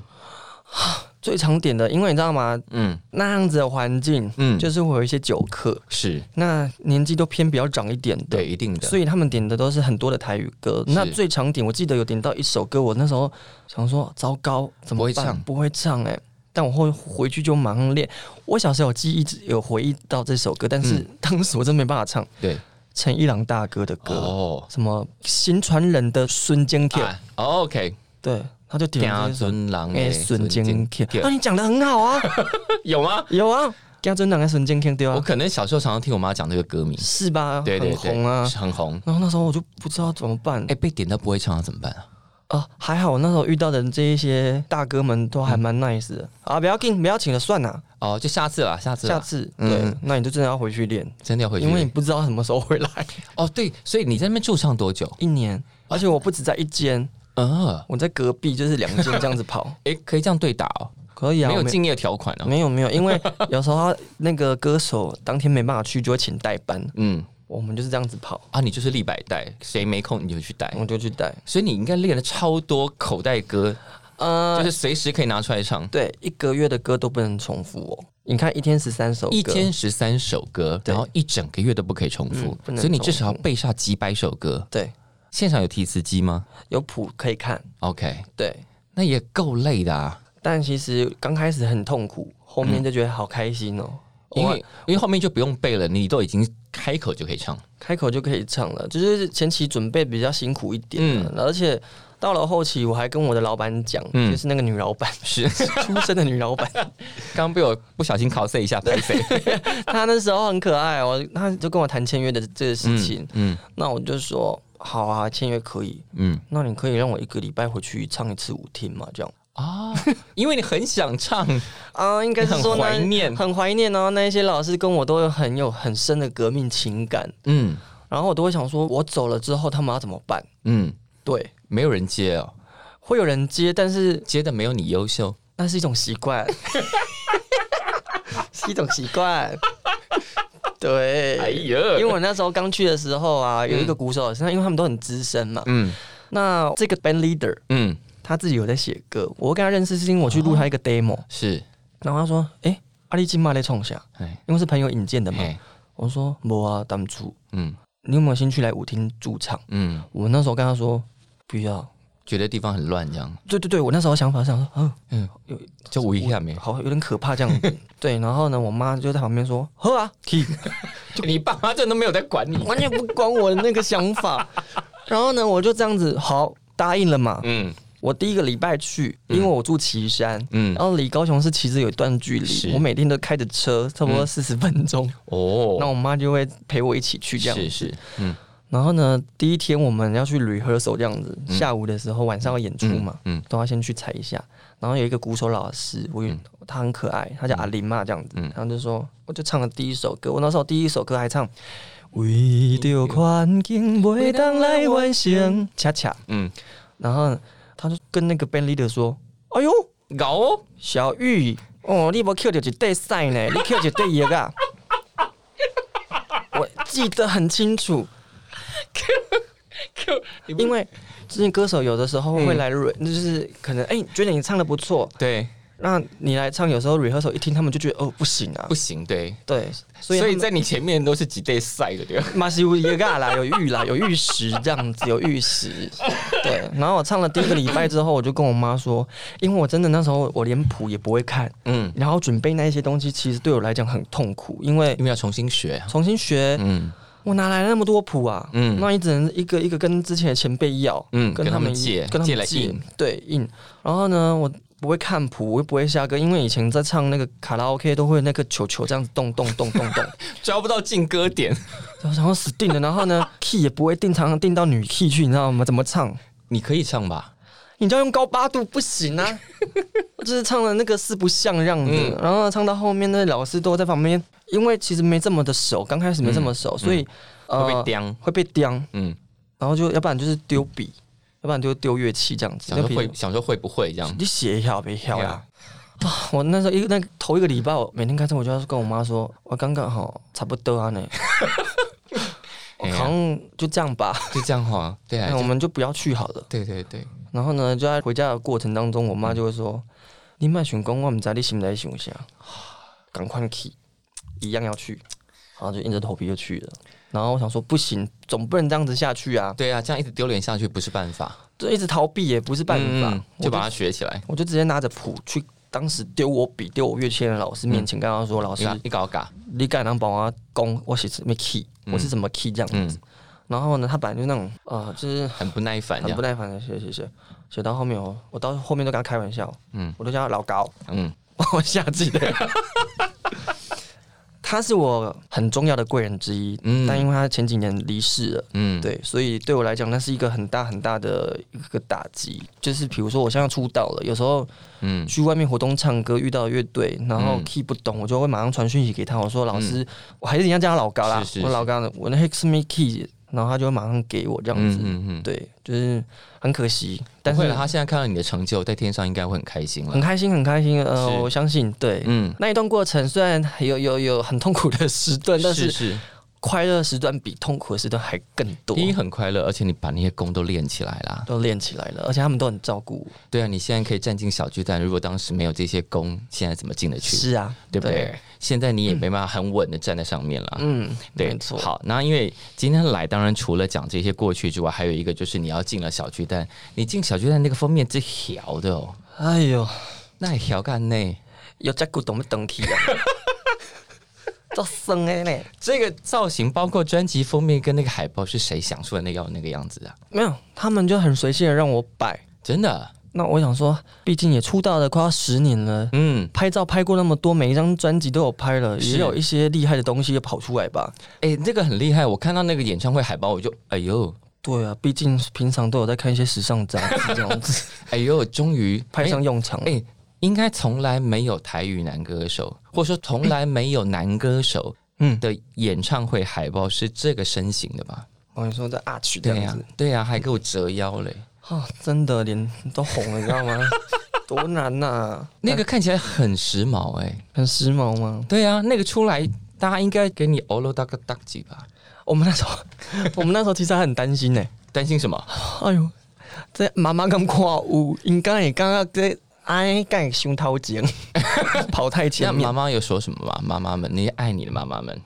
Speaker 2: 最常点的，因为你知道吗？
Speaker 3: 嗯
Speaker 2: 那样子的环境，
Speaker 3: 嗯，就
Speaker 2: 就是会有一些酒客，
Speaker 3: 是
Speaker 2: 那年纪都偏比较长一点的
Speaker 3: 对，。一定的，
Speaker 2: 所以他们点的都是很多的台语歌，
Speaker 3: 是
Speaker 2: 那最常点，我记得有点到一首歌，我那时候想说糟糕，怎么
Speaker 3: 不会
Speaker 2: 办
Speaker 3: 唱
Speaker 2: 不会唱哎、但我后回去就马上练。我小时候有记忆有回忆到这首歌，但是
Speaker 3: 嗯
Speaker 2: 当时我真没办法唱
Speaker 3: 对，
Speaker 2: 陈一郎大哥的歌，
Speaker 3: 哦，
Speaker 2: 什么新传人的孙坚 K，、
Speaker 3: 啊哦，OK，
Speaker 2: 对，他就点了
Speaker 3: 听
Speaker 2: 这首。
Speaker 3: 尊郎
Speaker 2: 哎，
Speaker 3: 的
Speaker 2: 孙坚 K，
Speaker 3: 孙
Speaker 2: 那
Speaker 3: 健
Speaker 2: 你讲的很好啊，
Speaker 3: 有吗？
Speaker 2: 有啊，家尊长的孙坚 K 对
Speaker 3: 我
Speaker 2: 啊，
Speaker 3: 可能小时候常常听我妈讲这个歌名，
Speaker 2: 是吧？
Speaker 3: 对对
Speaker 2: 啊很红
Speaker 3: 对，
Speaker 2: 啊。
Speaker 3: 是很红。
Speaker 2: 然后那时候我就不知道怎么办
Speaker 3: 哎、，被点到不会唱啊，怎么办啊？
Speaker 2: 啊，还好我那时候遇到的这一些大哥们都还蛮 nice 的、啊，不要紧，不要请了，算了，
Speaker 3: 哦，就下次啦，下次啦，
Speaker 2: 下次、
Speaker 3: 嗯
Speaker 2: 对，那你就真的要回去练，
Speaker 3: 真的要回去。
Speaker 2: 因为你不知道什么时候回 来。
Speaker 3: 哦，对，所以你在那边驻唱多久？
Speaker 2: 一年，而且我不止在一间，
Speaker 3: 啊，
Speaker 2: 我在隔壁就是两间这样子 跑，
Speaker 3: 哎，可以这样对打哦，
Speaker 2: 可以啊，
Speaker 3: 没有
Speaker 2: 我没
Speaker 3: 敬业条款哦。
Speaker 2: 没有没有，因为 有时候他那个歌手当天没办法去，就会请代班，
Speaker 3: 嗯，
Speaker 2: 我们就是这样子跑，
Speaker 3: 啊，你就是立百代，谁没空你就去带
Speaker 2: 我，就去带。
Speaker 3: 所以你应该练了超多口袋歌，
Speaker 2: 呃，
Speaker 3: 就是随时可以拿出来唱。
Speaker 2: 对，一个月的歌都不能重复哦。你看，一天十三首歌，
Speaker 3: 一天十三首歌，
Speaker 2: 对
Speaker 3: 然后一整个月都不可以重复
Speaker 2: 嗯，不能
Speaker 3: 所以你
Speaker 2: 重
Speaker 3: 至少要背下几百首歌。
Speaker 2: 对
Speaker 3: 现场有提词机吗
Speaker 2: 有谱可以看，
Speaker 3: ？OK，
Speaker 2: 对。
Speaker 3: 那也够累的啊，
Speaker 2: 但其实刚开始很痛苦，后面就觉得好开心哦，
Speaker 3: 嗯因
Speaker 2: 哇
Speaker 3: 为因为后面就不用背了，你都已经开口就可以唱。
Speaker 2: 开口就可以唱了。就是前期准备比较辛苦一点、啊，而且到了后期，我还跟我的老板讲，
Speaker 3: 嗯
Speaker 2: 就是那 个女老板，
Speaker 3: 是，
Speaker 2: 出生的女老 板，
Speaker 3: 刚被我不小心 cos 一下，拍 谁？
Speaker 2: 她那时候很可爱哦，她就跟我谈签约的这个事情，
Speaker 3: 嗯
Speaker 2: 那我就说好啊，签约可以，
Speaker 3: 嗯
Speaker 2: 那你可以让我一个礼拜回去唱一次舞厅嘛，这样
Speaker 3: 啊，因为你很想唱，
Speaker 2: 啊，应该是说
Speaker 3: 很怀
Speaker 2: 那
Speaker 3: 念
Speaker 2: 很怀念哦，那一些老师跟我都有很有很深的革命情感，
Speaker 3: 嗯
Speaker 2: 然后我都会想说，我走了之后他们要怎么办？
Speaker 3: 嗯，
Speaker 2: 对，
Speaker 3: 没有人接哦，
Speaker 2: 会有人接，但是
Speaker 3: 接的没有你优秀，
Speaker 2: 那是一种习惯， 是一种习惯。对，
Speaker 3: 呀，
Speaker 2: 因为我那时候刚去的时候啊，有一个鼓手老师，那因为他们都很资深嘛。
Speaker 3: 嗯
Speaker 2: 那这个 band leader
Speaker 3: 嗯
Speaker 2: 他自己有在写歌，我跟他认识是因为我
Speaker 3: 哦
Speaker 2: 去录他一个 demo，、
Speaker 3: 是，
Speaker 2: 然后他说：“哎、阿力金妈在冲下，
Speaker 3: 哎
Speaker 2: 因为是朋友引荐的嘛。
Speaker 3: 嘿”
Speaker 2: 我说：“没啊，当初
Speaker 3: 嗯
Speaker 2: 你有没有兴趣来舞厅驻唱
Speaker 3: 嗯，？”
Speaker 2: 我那时候跟他说：“不要。
Speaker 3: 觉得地方很乱，这样”
Speaker 2: 对对对，我那时候想法是想说，嗯，
Speaker 3: 就无一下 没。
Speaker 2: 好，有点可怕这样 子。对，然后呢，我妈就在旁边说：“喝啊，去。”
Speaker 3: 你爸妈真的没有在管你
Speaker 2: 完全不管我的那个想 法。然后呢，我就这样子好答应了嘛。
Speaker 3: 嗯
Speaker 2: 我第一个礼拜去，因为我住岐山，
Speaker 3: 嗯
Speaker 2: 然后离高雄市其实有一段距
Speaker 3: 是嗯
Speaker 2: 离，我每天都开着车，差不多四十分钟。那、
Speaker 3: 哦，
Speaker 2: 我妈就会陪我一起去这样。
Speaker 3: 是是，嗯
Speaker 2: 然后呢，第一天我们要去 rehearsal 这样子，下午的时候晚上要演出嘛，
Speaker 3: 嗯
Speaker 2: 都要先去踩一下。然后有一个鼓手老师，我有、他很可爱，他叫阿林嘛这样子，
Speaker 3: 嗯
Speaker 2: 然后就说，我就唱了第一首歌，我那时候第一首歌还唱。为着环境袂当来完成，恰恰。
Speaker 3: 嗯，
Speaker 2: 然后他就跟那个 band leader 说：“哎呦，
Speaker 3: 搞哦，
Speaker 2: 小玉，哦，你无扣着一块屎 呢，你扣一块药 啊！我记得很清楚， 因为嗯这些歌手有的时候会来 re，、就是可能哎、觉得你唱的不错，
Speaker 3: 对，
Speaker 2: 那你来唱，有时候 rehearsal 一听，他们就觉得哦不行啊
Speaker 3: 不，行，对，
Speaker 2: 对，所
Speaker 3: 所
Speaker 2: 以
Speaker 3: 以
Speaker 2: 他们
Speaker 3: 在你前面都是几对赛的，对吧？
Speaker 2: 马西乌耶嘎啦，有玉啦，有玉石这样子，有玉石。 对，然后我唱了第一个礼拜之后，我就跟我妈说，因为我真的那时候我连谱也不会看，
Speaker 3: 嗯，
Speaker 2: 然后准备那一些东西，其实对我来讲很痛苦，因为
Speaker 3: 因为要重新学啊，
Speaker 2: 重新学，
Speaker 3: 嗯
Speaker 2: 我哪来那么多谱啊？
Speaker 3: 嗯
Speaker 2: 那你只能一个一个跟之前的前辈要，
Speaker 3: 嗯，
Speaker 2: 跟
Speaker 3: 跟
Speaker 2: 他
Speaker 3: 他
Speaker 2: 们
Speaker 3: 们借，
Speaker 2: 跟他
Speaker 3: 借
Speaker 2: 们
Speaker 3: 来
Speaker 2: 借
Speaker 3: 印，，
Speaker 2: 对印。然后呢，我不会看谱，我又不会下歌，因为以前在唱那个卡拉 OK 都会那个球球这样子动动动动 动，
Speaker 3: 抓不到进歌点，
Speaker 2: 然后死定了。然后呢，key 也不会定，常常定到女 key 去，你知道吗？怎么唱？
Speaker 3: 你可以唱吧？
Speaker 2: 你就要用高八度不行啊！ 我就是唱的那个四不像这样子，
Speaker 3: 嗯
Speaker 2: 然后唱到后面那老师都在旁边，因为其实没这么的熟，刚开始没这么熟，所以、
Speaker 3: 嗯
Speaker 2: 呃
Speaker 3: 会被刁，
Speaker 2: 会被刁，
Speaker 3: 呃嗯，
Speaker 2: 然后就要不然就是丢笔，要不然就丢乐器这样子。
Speaker 3: 想
Speaker 2: 那
Speaker 3: 说
Speaker 2: 比
Speaker 3: 会，想说会不会这样？
Speaker 2: 你写一下别跳
Speaker 3: 对
Speaker 2: 啦。啊！我那时候一个那个头一个礼拜，我每天开车我就要跟我妈说，我刚刚好差不多啊呢，我
Speaker 3: 哎呀
Speaker 2: 好像就这样吧，
Speaker 3: 就这样哈，对啊
Speaker 2: 那，我们就不要去好了。
Speaker 3: 对对对，
Speaker 2: 然后呢，就在回家的过程当中，我
Speaker 3: 嗯
Speaker 2: 妈就会说：“你卖想讲，我唔知你心内想啥，赶快去，一样要去。”然后就硬着头皮就去了。然后我想说，不行，总不能这样子下去啊！
Speaker 3: 对啊，这样一直丢脸下去不是办法，
Speaker 2: 就一直逃避也不是办法，
Speaker 3: 嗯
Speaker 2: 我
Speaker 3: 就把它学起来。
Speaker 2: 我就直接拿着谱去当时丢我笔、丢我乐器的老师面前，跟他说：“老
Speaker 3: 你
Speaker 2: 师，
Speaker 3: 啊搞，你搞嘎，
Speaker 2: 你敢能帮我讲我是什么 key，、我是什么 key 这样子？”
Speaker 3: 嗯，
Speaker 2: 然后呢，他本来就那种呃，就是
Speaker 3: 很不耐烦这
Speaker 2: 很不
Speaker 3: 样，
Speaker 2: 耐烦的写写写，写到后面我我到后面都跟他开玩笑，
Speaker 3: 嗯
Speaker 2: 嗯，我都叫他老高，
Speaker 3: 嗯，
Speaker 2: 帮我下自己的。 他是我很重要的贵人之一，
Speaker 3: 嗯
Speaker 2: 但因为他前几年离世了，
Speaker 3: 嗯，
Speaker 2: 对，所以对我来讲，那是一个很大很大的一个打击。就是比如说，我现在出道了，有时候
Speaker 3: 嗯
Speaker 2: 去外面活动唱歌遇到乐队，然后
Speaker 3: 嗯
Speaker 2: key 不懂，我就会马上传讯息给他，我说老师，我还是一样叫他老高啦，
Speaker 3: 是是
Speaker 2: 我老高呢，我那 hex me key，然后他就会马上给我这样
Speaker 3: 嗯
Speaker 2: 子，
Speaker 3: 嗯嗯，
Speaker 2: 对，就是很可惜，但
Speaker 3: 但
Speaker 2: 是
Speaker 3: 是他现在看到你的成就，在天上应该会很开心
Speaker 2: 很
Speaker 3: 了。
Speaker 2: 开心，很开心，呃，
Speaker 3: 是
Speaker 2: 我相信，对，
Speaker 3: 嗯，
Speaker 2: 那一段过程虽然有有有很痛苦的时段， 但
Speaker 3: 是
Speaker 2: 是
Speaker 3: 是，
Speaker 2: 快乐时段比痛苦的时段还更多
Speaker 3: 第，一很快乐，而且你把那些功都练起来啦。
Speaker 2: 都练起来了，而且他们都很照顾我。
Speaker 3: 对啊，你现在可以站进小巨蛋，如果当时没有这些功，现在怎么进得去？
Speaker 2: 是啊，
Speaker 3: 对不对？？现在你也没办法很稳的站在上面了。
Speaker 2: 嗯，
Speaker 3: 对，
Speaker 2: 没错。
Speaker 3: 好，那因为今天来，当然除了讲这些过去之外，还有一个就是你要进了小巨蛋，你进小巨蛋那个封面这条的哦，
Speaker 2: 哎呦，
Speaker 3: 那条干内
Speaker 2: 有这股懂不懂体啊？做生哎呢？
Speaker 3: 这个造型包括专辑封面跟那个海报是谁想出来那要那个样子啊？
Speaker 2: 没有，他们就很随性的让我摆。
Speaker 3: 真的，
Speaker 2: 那我想说，毕竟也出道了快要十年了，
Speaker 3: 嗯，
Speaker 2: 拍照拍过那么多，每一张专辑都有拍了，
Speaker 3: 是
Speaker 2: 也有一些厉害的东西也跑出来吧？
Speaker 3: 哎、那个很厉害。我看到那个演唱会海报，我就哎呦
Speaker 2: 对啊，毕竟平常都有在看一些时尚杂志这样 子，
Speaker 3: 哎呦，终于
Speaker 2: 派上用场。
Speaker 3: 哎、应该从来没有台语男歌手，或者说从来没有男歌手
Speaker 2: 哎嗯，
Speaker 3: 的演唱会海报是这个身形的吧？
Speaker 2: 我跟你说这 arch 这
Speaker 3: 对呀、
Speaker 2: 样子
Speaker 3: 对呀、啊还给我折腰嘞。
Speaker 2: 啊，真的脸都红了，你知道 吗？多难呐、
Speaker 3: 那个看起来很时髦哎、
Speaker 2: 很时髦吗？
Speaker 3: 对呀、那个出来大家应该给你欧罗大个大几吧？
Speaker 2: 我们那时候， 我们那时候其实还很担心呢、
Speaker 3: 担心什么？
Speaker 2: 哎呦，这妈妈咁跨舞，应该也刚刚这哎干胸掏 前，跑太
Speaker 3: 那
Speaker 2: 前
Speaker 3: 妈
Speaker 2: 面，
Speaker 3: 妈有说什么吗？妈妈们，那些爱你的妈妈们，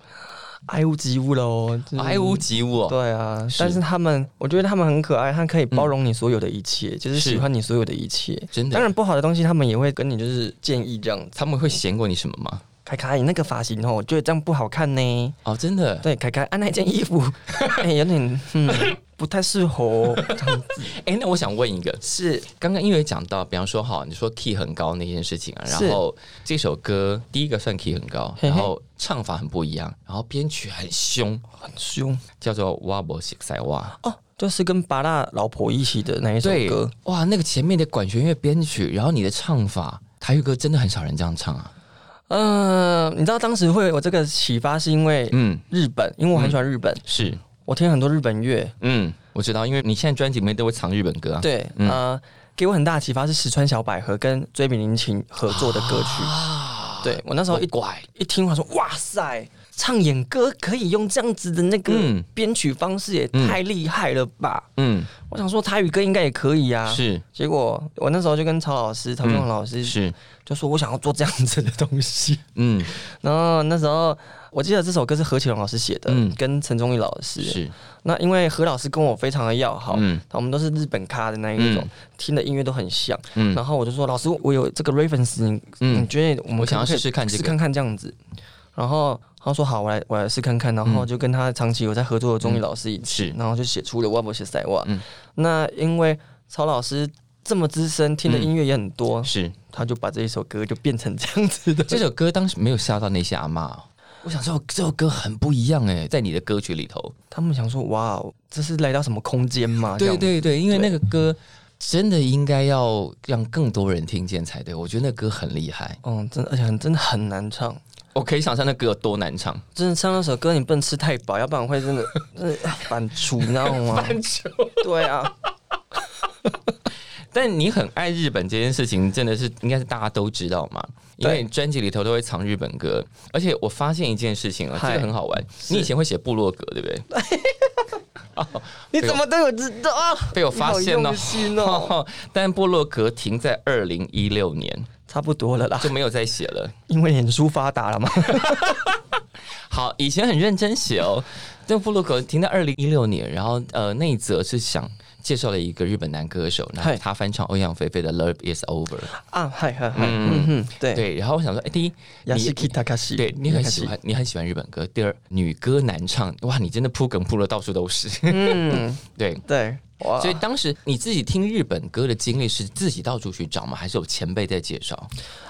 Speaker 2: 爱屋及乌喽，就是
Speaker 3: 爱屋及乌哦。
Speaker 2: 对啊，
Speaker 3: 是嗯
Speaker 2: 但是他们，我觉得他们很可爱，他可以包容你所有的一切，就是
Speaker 3: 是
Speaker 2: 喜欢你所有的一切。
Speaker 3: 真的
Speaker 2: 当然不好的东西，他们也会跟你就是建议这样子。
Speaker 3: 他们会嫌过你什么吗？
Speaker 2: 凯凯，你那个发型哦，我觉得这样不好看 呢。
Speaker 3: 哦，真的。
Speaker 2: 对，凯凯，啊，那件衣服， 哎、有点 嗯，不太适合哦。这样子
Speaker 3: 哎、那我想问一个，
Speaker 2: 是
Speaker 3: 刚刚因为讲到，比方说哈，你说 key 很高那件事情啊，然
Speaker 2: 是
Speaker 3: 后这首歌第一个算 key 很高，
Speaker 2: 嘿嘿
Speaker 3: 然后唱法很不一样，然后编曲很凶，
Speaker 2: 很凶
Speaker 3: 叫做哇博西塞哇。
Speaker 2: 哦，就是跟巴拉老婆一起的那一首
Speaker 3: 对
Speaker 2: 歌。，
Speaker 3: 哇，那个前面的管弦乐编曲，然后你的唱法，台语歌真的很少人这样唱啊。
Speaker 2: 嗯、你知道当时会有这个启发，是因为
Speaker 3: 嗯，
Speaker 2: 日本，因为我很喜欢日本，
Speaker 3: 是，
Speaker 2: 我听很多日本乐。
Speaker 3: 嗯，我知道，因为你现在专辑里面都会藏日本歌啊。
Speaker 2: 对，
Speaker 3: 嗯
Speaker 2: 呃，给我很大的启发是石川小百合跟追名林琴合作的歌曲。
Speaker 3: 啊，
Speaker 2: 对我那时候一
Speaker 3: 拐，
Speaker 2: 一听，我说哇塞，唱演歌可以用这样子的那个
Speaker 3: 嗯
Speaker 2: 编曲方式，也
Speaker 3: 嗯
Speaker 2: 太厉害了吧！
Speaker 3: 嗯，
Speaker 2: 我想说台语歌应该也可以啊。
Speaker 3: 是
Speaker 2: 结果我那时候就跟曹老师、曹仲
Speaker 3: 嗯
Speaker 2: 恒老师
Speaker 3: 是，
Speaker 2: 就说，我想要做这样子的东西。
Speaker 3: 嗯
Speaker 2: 然后那时候我记得这首歌是何启龙老师写的，
Speaker 3: 嗯
Speaker 2: 跟陈忠义老师。
Speaker 3: 是，
Speaker 2: 那因为何老师跟我非常的要好，
Speaker 3: 嗯
Speaker 2: 我们都是日本咖的那一种，
Speaker 3: 嗯
Speaker 2: 听的音乐都很像。
Speaker 3: 嗯
Speaker 2: 然后我就说，老师，我有这个 reference，你、
Speaker 3: 嗯
Speaker 2: 你觉得我们
Speaker 3: 我想要
Speaker 2: 可不可以
Speaker 3: 试试看这个
Speaker 2: 试看看这样子。然后他说好，我来我来试看看。然后就跟他长期有在合作的中医老师一起，
Speaker 3: 嗯是
Speaker 2: 然后就写出了《万不写塞袜》。
Speaker 3: 嗯
Speaker 2: 那因为曹老师这么资深，听的音乐也很多，
Speaker 3: 是。
Speaker 2: 他就把这一首歌就变成这样子的。
Speaker 3: 这首歌当时没有吓到那些阿嬷哦、我想说这首歌很不一样哎，在你的歌曲里头。
Speaker 2: 他们想说，哇，这是来到什么空间吗？这样
Speaker 3: 对对，因为
Speaker 2: 对
Speaker 3: 那个歌真的应该要让更多人听见才对。我觉得那歌很厉害，
Speaker 2: 嗯，真的而且很真的很难唱，
Speaker 3: 我可以想象那歌有多难唱。
Speaker 2: 真的唱那首歌你不能吃太饱，要不然会 真的真的啊反刍，你知道吗？反刍，对啊，
Speaker 3: 但你很爱日本这件事情，真的是应该是大家都知道嘛？因为专辑里头都会藏日本歌，而且我发现一件事情啊，这
Speaker 2: 嗨
Speaker 3: 个很好玩。你以前会写部落格对不对？
Speaker 2: 你怎么都有知道啊？
Speaker 3: 被我发现
Speaker 2: 你好
Speaker 3: 了
Speaker 2: 用。 心哦，
Speaker 3: 但部落格停在二零一六年
Speaker 2: 差不多了啦，
Speaker 3: 就没有再写 了。
Speaker 2: 因为脸书发达了嘛。
Speaker 3: 好，以前很认真写哦。这部落格停在二零一六年，然后呃，那一则是想介绍了一个日本男歌手，然后
Speaker 2: 嗨
Speaker 3: 他翻唱欧阳菲菲的《Love Is Over》。
Speaker 2: 啊，嗨嗨嗨，
Speaker 3: 嗯
Speaker 2: 嗯哼，对，
Speaker 3: 对，然后我想说，哎，第一，
Speaker 2: 亚西
Speaker 3: 你
Speaker 2: 基塔卡西，
Speaker 3: 对你很喜欢，你很喜欢日本歌。第二，女歌男唱，哇，你真的铺梗铺的到处都是。
Speaker 2: 嗯，
Speaker 3: 对，
Speaker 2: 对，哇
Speaker 3: 所，以当时你自己听日本歌的经历是自己到处去找吗？还是有前辈在介绍？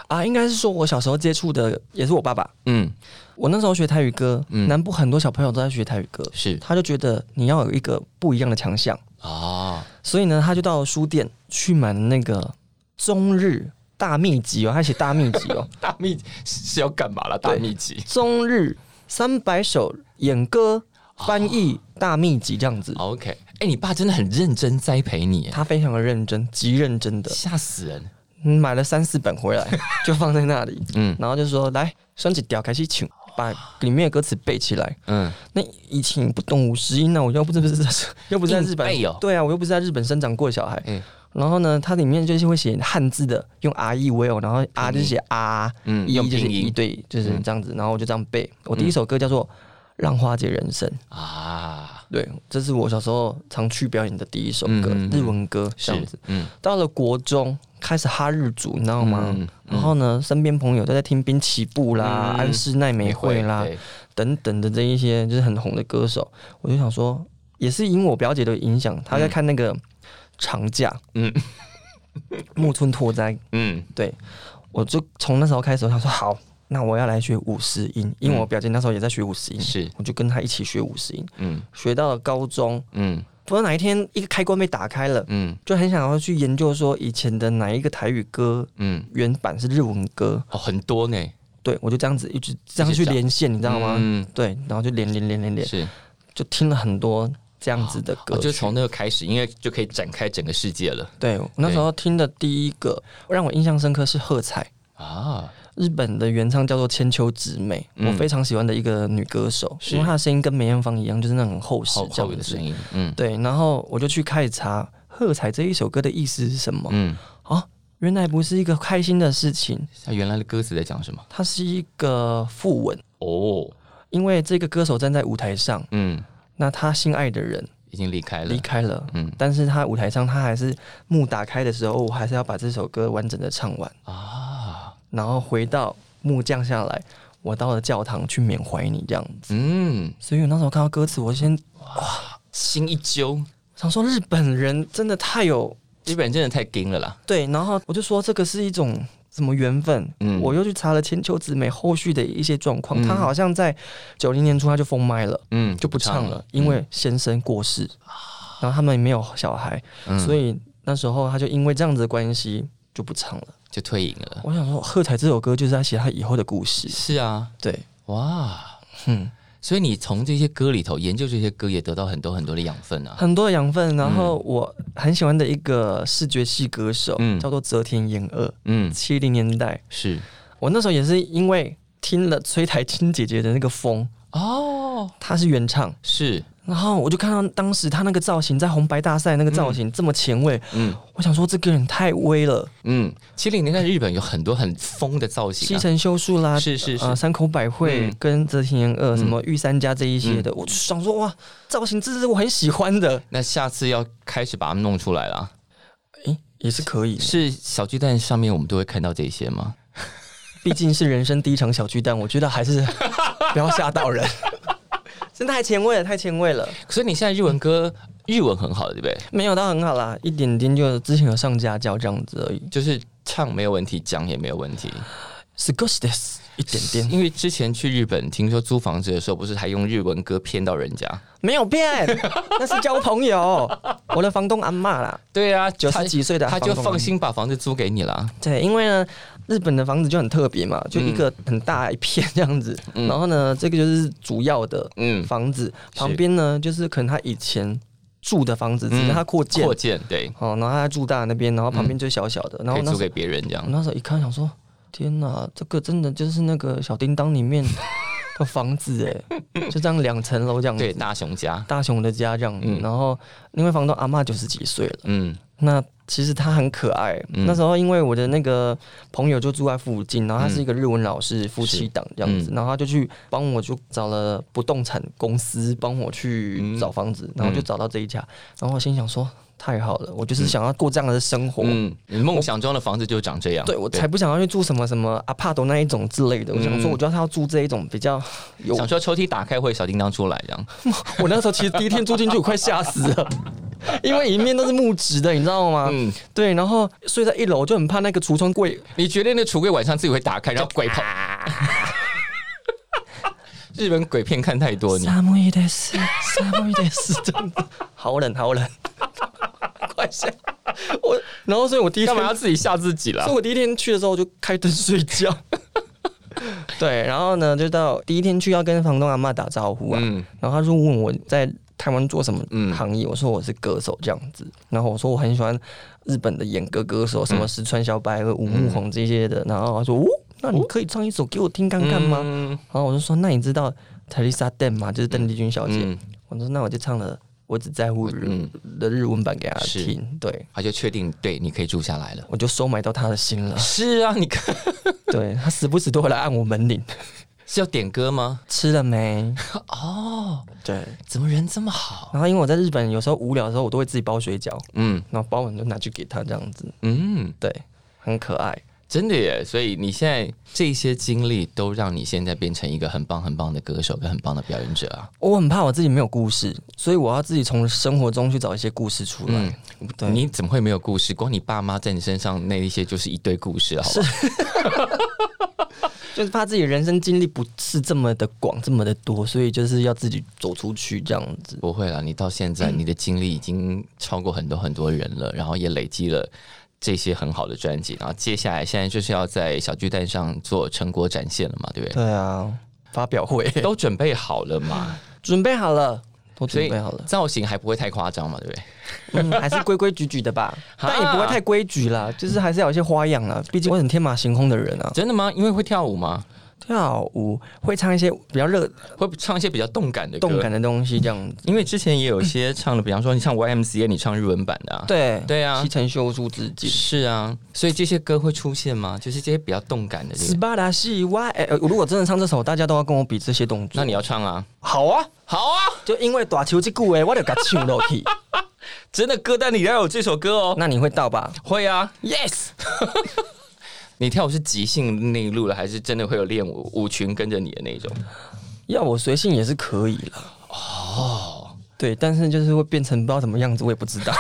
Speaker 2: 啊，应该是说我小时候接触的也是我爸爸，
Speaker 3: 嗯，
Speaker 2: 我那时候学台语歌，
Speaker 3: 嗯
Speaker 2: 南部很多小朋友都在学台语歌，
Speaker 3: 是
Speaker 2: 他就觉得你要有一个不一样的强项。
Speaker 3: 哦，
Speaker 2: 所以呢，他就到书店去买那个中日大秘籍哦，他写大秘籍 哦，
Speaker 3: 大秘是要干嘛了？大
Speaker 2: 对
Speaker 3: 秘籍
Speaker 2: 中日三百首演歌翻
Speaker 3: 哦
Speaker 2: 译大秘籍这样子。
Speaker 3: ，OK。哎、你爸真的很认真栽培你耶，
Speaker 2: 他非常的认真，极认真的，
Speaker 3: 吓死人！
Speaker 2: 嗯买了三四本回 来，就放在那里，
Speaker 3: 嗯
Speaker 2: 然后就说来，双几条开始请，把里面的歌词背起来。
Speaker 3: 嗯，
Speaker 2: 那以前不懂五十音啊呢、我又不是不 是在又不是在日本
Speaker 3: 硬背哦，
Speaker 2: 对啊，我又不是在日本生长过的小孩，
Speaker 3: 哎、
Speaker 2: 然后呢，它里面就是会写汉字的，用 R E V O，然后 R 就是写 R，
Speaker 3: 嗯
Speaker 2: E
Speaker 3: 用
Speaker 2: 就是
Speaker 3: 拼音嗯
Speaker 2: 一
Speaker 3: 嗯
Speaker 2: 对，就是这样子。然后我就这样背。我第一首歌叫做《浪花姐人生》，
Speaker 3: 啊，
Speaker 2: 对，这是我小时候常去表演的第一首歌，
Speaker 3: 嗯嗯嗯
Speaker 2: 日文歌这样子。
Speaker 3: 嗯，
Speaker 2: 到了国中开始哈日族，你知道吗？
Speaker 3: 嗯嗯
Speaker 2: 然后呢，身边朋友都在听滨崎步啦、
Speaker 3: 嗯
Speaker 2: 安室奈美惠啦
Speaker 3: 对
Speaker 2: 等等的这一些就是很红的歌手，我就想说，也是因我表姐的影响，她在看那个长假，
Speaker 3: 嗯
Speaker 2: 嗯， 木村拓哉，
Speaker 3: 嗯，
Speaker 2: 我就从那时候开始，我想说好，那我要来学五十音，因为我表姐那时候也在学五十音，
Speaker 3: 是，
Speaker 2: 我就跟她一起学五十音，
Speaker 3: 嗯
Speaker 2: 学到了高中，
Speaker 3: 嗯
Speaker 2: 不知道哪一天一个开关被打开了，
Speaker 3: 嗯
Speaker 2: 就很想要去研究说以前的哪一个台语歌
Speaker 3: 嗯，
Speaker 2: 原版是日文歌，
Speaker 3: 哦，很多呢，
Speaker 2: 对我就这样子一直这样去连线，你知
Speaker 3: 知
Speaker 2: 道吗？
Speaker 3: 嗯，
Speaker 2: 对，然后就连连连连连，
Speaker 3: 是
Speaker 2: 就听了很多这样子的歌
Speaker 3: 哦
Speaker 2: 曲。
Speaker 3: 就从那个开始，因为就可以展开整个世界了
Speaker 2: 对我那时候听的第一个让我印象深刻是喝彩。
Speaker 3: 啊。
Speaker 2: 日本的原唱叫做千秋直美，
Speaker 3: 嗯
Speaker 2: 我非常喜欢的一个女歌手，
Speaker 3: 是
Speaker 2: 因为她的声音跟梅艳芳一样，就是那种很厚实
Speaker 3: 后
Speaker 2: 这样
Speaker 3: 后面的
Speaker 2: 子
Speaker 3: 声。音，嗯
Speaker 2: 对，然后我就去开始查《喝彩》这一首歌的意思是什么。
Speaker 3: 嗯，
Speaker 2: 哦，原来不是一个开心的事情，
Speaker 3: 他原来的歌词在讲什么？
Speaker 2: 它是一个副文，
Speaker 3: 哦，
Speaker 2: 因为这个歌手站在舞台上，
Speaker 3: 嗯，
Speaker 2: 那他心爱的人
Speaker 3: 已经离开了
Speaker 2: 离，开了，
Speaker 3: 嗯
Speaker 2: 但是他舞台上他还是幕打开的时候，我还是要把这首歌完整的唱完，
Speaker 3: 啊，
Speaker 2: 然后回到幕降下来，我到了教堂去缅怀你这样子。
Speaker 3: 嗯，
Speaker 2: 所以我那时候看到歌词，我先
Speaker 3: 心一揪，
Speaker 2: 想说日本人真的太有
Speaker 3: 日本人真的太硬了啦，
Speaker 2: 对，然后我就说这个是一种什么缘分。
Speaker 3: 嗯，
Speaker 2: 我又去查了千秋子美后续的一些状况，
Speaker 3: 嗯
Speaker 2: 她好像在九零年初她就封麦了，
Speaker 3: 嗯
Speaker 2: 就不唱了，因为先生过世，然后他们没有小孩，所
Speaker 3: 以
Speaker 2: 以那时候他就因为这样子的关系就不唱了。
Speaker 3: 就退隐了。
Speaker 2: 我想说，《喝彩》这首歌就是在写他以后的故事。
Speaker 3: 是啊，
Speaker 2: 对，
Speaker 3: 哇，
Speaker 2: 嗯，
Speaker 3: 所以你从这些歌里头研究这些歌，也得到很多很多的养分啊。
Speaker 2: 很多的养分。然后我很喜欢的一个视觉系歌手，
Speaker 3: 嗯
Speaker 2: 叫做泽田研二，
Speaker 3: 嗯，
Speaker 2: 七零年代。
Speaker 3: 是
Speaker 2: 我那时候也是因为听了崔台青姐姐的那个《风》，
Speaker 3: 哦，
Speaker 2: 她是原唱，
Speaker 3: 是，
Speaker 2: 然后我就看到当时她那个造型在红白大赛那个造型这么前卫，
Speaker 3: 嗯
Speaker 2: 我想说这个人太威了，
Speaker 3: 嗯，七零年代日本有很多很疯的造型
Speaker 2: 西
Speaker 3: 啊、
Speaker 2: 城秀树啦，
Speaker 3: 是是是
Speaker 2: 呃，山口百惠
Speaker 3: 嗯
Speaker 2: 跟泽田研二、什么御三家这一些的，我就想说哇，造型这是我很喜欢的，
Speaker 3: 那下次要开始把它们弄出来啦。
Speaker 2: 诶、也是可以，
Speaker 3: 是小巨蛋上面我们都会看到这些吗？
Speaker 2: 毕竟是人生第一场小巨蛋，我觉得还 是不要吓到人，真的太前卫了，太前卫了，
Speaker 3: 所以你现在日文歌日文很好，对不对？
Speaker 2: 没有到很好啦，一点点就之前有上家教这样子而已，
Speaker 3: 就是唱没有问题，讲也没有问题。
Speaker 2: 是 g o s t e s 一点点，
Speaker 3: 因为之前去日本，听说租房子的时候，不是还用日文歌骗到人家？
Speaker 2: 没有变，那是交朋友， 我的房东阿嬷啦，
Speaker 3: 对啊，
Speaker 2: 九
Speaker 3: 他
Speaker 2: 十几岁的
Speaker 3: 他就
Speaker 2: 房东
Speaker 3: 放心把房子租给你啦。
Speaker 2: 对，因为呢，日本的房子就很特别嘛，就一个很大一片这样子。
Speaker 3: 嗯
Speaker 2: 然后呢，这个就是主要的
Speaker 3: 嗯，
Speaker 2: 房子，旁边呢就是可能他以前住的房子，只是他扩建、
Speaker 3: 嗯扩建对，
Speaker 2: 哦，然后他住大那边，然后旁边就小小的。然
Speaker 3: 可
Speaker 2: 后
Speaker 3: 以
Speaker 2: 那
Speaker 3: 租
Speaker 2: 时候
Speaker 3: 给别人这
Speaker 2: 我
Speaker 3: 样。
Speaker 2: 那时候一看，想说天哪，这个真的就是那个小叮当里面 的房子哎，就这样两层楼这样子
Speaker 3: 对，，大熊家，
Speaker 2: 大雄的家这样子。
Speaker 3: 嗯
Speaker 2: 然后因为房东阿嬷九十几岁了。
Speaker 3: 嗯
Speaker 2: 那其实他很可爱。
Speaker 3: 嗯
Speaker 2: 那时候因为我的那个朋友就住在附近，然后他
Speaker 3: 嗯
Speaker 2: 是一个日文老师，夫妻档这样子，然后他就去帮我就找了不动产公司帮我
Speaker 3: 嗯
Speaker 2: 去找房子，然后就找到这一家，然后我心想说太好了，我就是想要过这样的生活。
Speaker 3: 嗯，你梦想中的房子就长这样。
Speaker 2: 对，我才不想要去住什么什么阿帕多那一种之类的。我想说，我就要住这一种比较有。
Speaker 3: 嗯想说抽屉打开会有小叮当出来这样。
Speaker 2: 我那时候其实第一天住进去，我快吓死 了，因为里面都是木质的，你知道吗？
Speaker 3: 嗯，
Speaker 2: 对，然后睡在一楼，我就很怕那个橱窗柜
Speaker 3: 你觉得那橱柜晚上自己会打开，然后鬼跑？ 日本鬼片看太多，你
Speaker 2: 寒いです。寒いです。真的， 好冷，好冷， 快下！ 我，然后所以我第一
Speaker 3: 干
Speaker 2: 天，
Speaker 3: 嘛要自己吓自己啦
Speaker 2: 所以？我第一天去的时候我就开灯睡 觉。对，然后呢，就到第一天去要跟房东阿嬷打招呼啊，
Speaker 3: 嗯
Speaker 2: 然后他就问我在台湾做什么
Speaker 3: 嗯
Speaker 2: 行业，我说我是歌手这样子，然后我说我很喜欢日本的演歌歌手，什么石川小百合、五木宏这些的，然后他说哦，那你可以唱一首给我听看看吗？
Speaker 3: 嗯
Speaker 2: 然后我就说，那你知道 Teresa Deng 吗？就是邓丽君小姐。
Speaker 3: 嗯
Speaker 2: 我说那我就唱了《我只在乎日》的日文版给她
Speaker 3: 是
Speaker 2: 听，对
Speaker 3: 他就确定对你可以住下来了。。
Speaker 2: 我就收买到她的心了
Speaker 3: 是啊，你看
Speaker 2: 对她时不时都会来按我门铃，
Speaker 3: 是要点歌吗？
Speaker 2: 吃了没？
Speaker 3: 哦，
Speaker 2: 对。
Speaker 3: 怎么人这么好？
Speaker 2: 然后因为我在日本有时候无聊的时候，我都会自己包水饺，
Speaker 3: 嗯
Speaker 2: 然后包完就拿去给他这样子，
Speaker 3: 嗯，
Speaker 2: 对，很可爱。
Speaker 3: 真的耶！所以你现在这些经历都让你现在变成一个很棒很棒的歌手跟很棒的表演者啊！
Speaker 2: 我很怕我自己没有故事，所以我要自己从生活中去找一些故事出来。对，
Speaker 3: 你怎么会没有故事？光你爸妈在你身上那一些就是一堆故事，好吧？
Speaker 2: 就是怕自己人生经历不是这么的广，这么的多，所以就是要自己走出去这样子。
Speaker 3: 不会啦，你到 现在你的经历已经超过很多很多人了，然后也累积了这些很好的专辑，然后接下来现在就是要在小巨蛋上做成果展现了嘛，对不对？
Speaker 2: 对啊，发表会
Speaker 3: 都准备好了嘛，
Speaker 2: 准备好了，都
Speaker 3: 所
Speaker 2: 准
Speaker 3: 以
Speaker 2: 备好了，
Speaker 3: 造型还不会太夸张嘛，对不对？
Speaker 2: 嗯，还是规规矩矩的吧，
Speaker 3: 哈
Speaker 2: 但也不会太规矩啦，就是还是要有一些花样啦。毕竟我很天马行空的人啊，
Speaker 3: 真的吗？因为会跳舞吗？
Speaker 2: 跳舞会唱一些比较热
Speaker 3: 会唱一些比较动感的歌？
Speaker 2: 动感的东西这样子。
Speaker 3: 因为之前也有一些唱的，比方说你唱 YMCA，你唱日文版的啊。
Speaker 2: 对
Speaker 3: 对啊
Speaker 2: 西城秀树自己。
Speaker 3: 是啊，所以这些歌会出现吗？就是这些比较动感的这
Speaker 2: 斯
Speaker 3: 些。
Speaker 2: 巴达西哇，哎、呃如果真的唱这首，大家都要跟我比这些动作。
Speaker 3: 那你要唱啊，
Speaker 2: 好啊，
Speaker 3: 好啊，
Speaker 2: 就因为打球这句哎，我得给唱落 去。
Speaker 3: 真的歌单里要有这首歌哦。
Speaker 2: 那你会到吧？
Speaker 3: 会啊，Yes 。你跳舞是即兴那一路的，还是真的会有练舞舞群跟着你的那种？
Speaker 2: 要我随性也是可以了。哦，
Speaker 3: 哦
Speaker 2: 对，但是就是会变成不知道什么样子，我也不知道。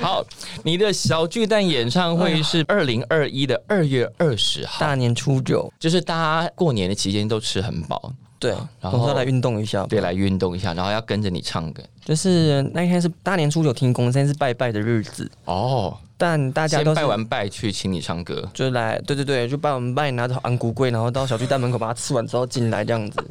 Speaker 3: 好，你的小巨蛋演唱会 是二零二一的二月二十号，
Speaker 2: 大年初九，
Speaker 3: 就是大家过年的期间都吃很饱，
Speaker 2: 对，
Speaker 3: 然
Speaker 2: 然
Speaker 3: 后
Speaker 2: 后来运动一下。
Speaker 3: 对，来运动一下，然后要跟着你唱歌。
Speaker 2: 就是那天是大年初九停工，现在是拜拜的日子，
Speaker 3: 哦，
Speaker 2: 但大家
Speaker 3: 先
Speaker 2: 都
Speaker 3: 拜
Speaker 2: 是。
Speaker 3: 完拜去请你唱歌。
Speaker 2: 就来，对对对，就拜完拜，拿着安骨龟，然后到小区大门口把它吃完之后进来，这样 子，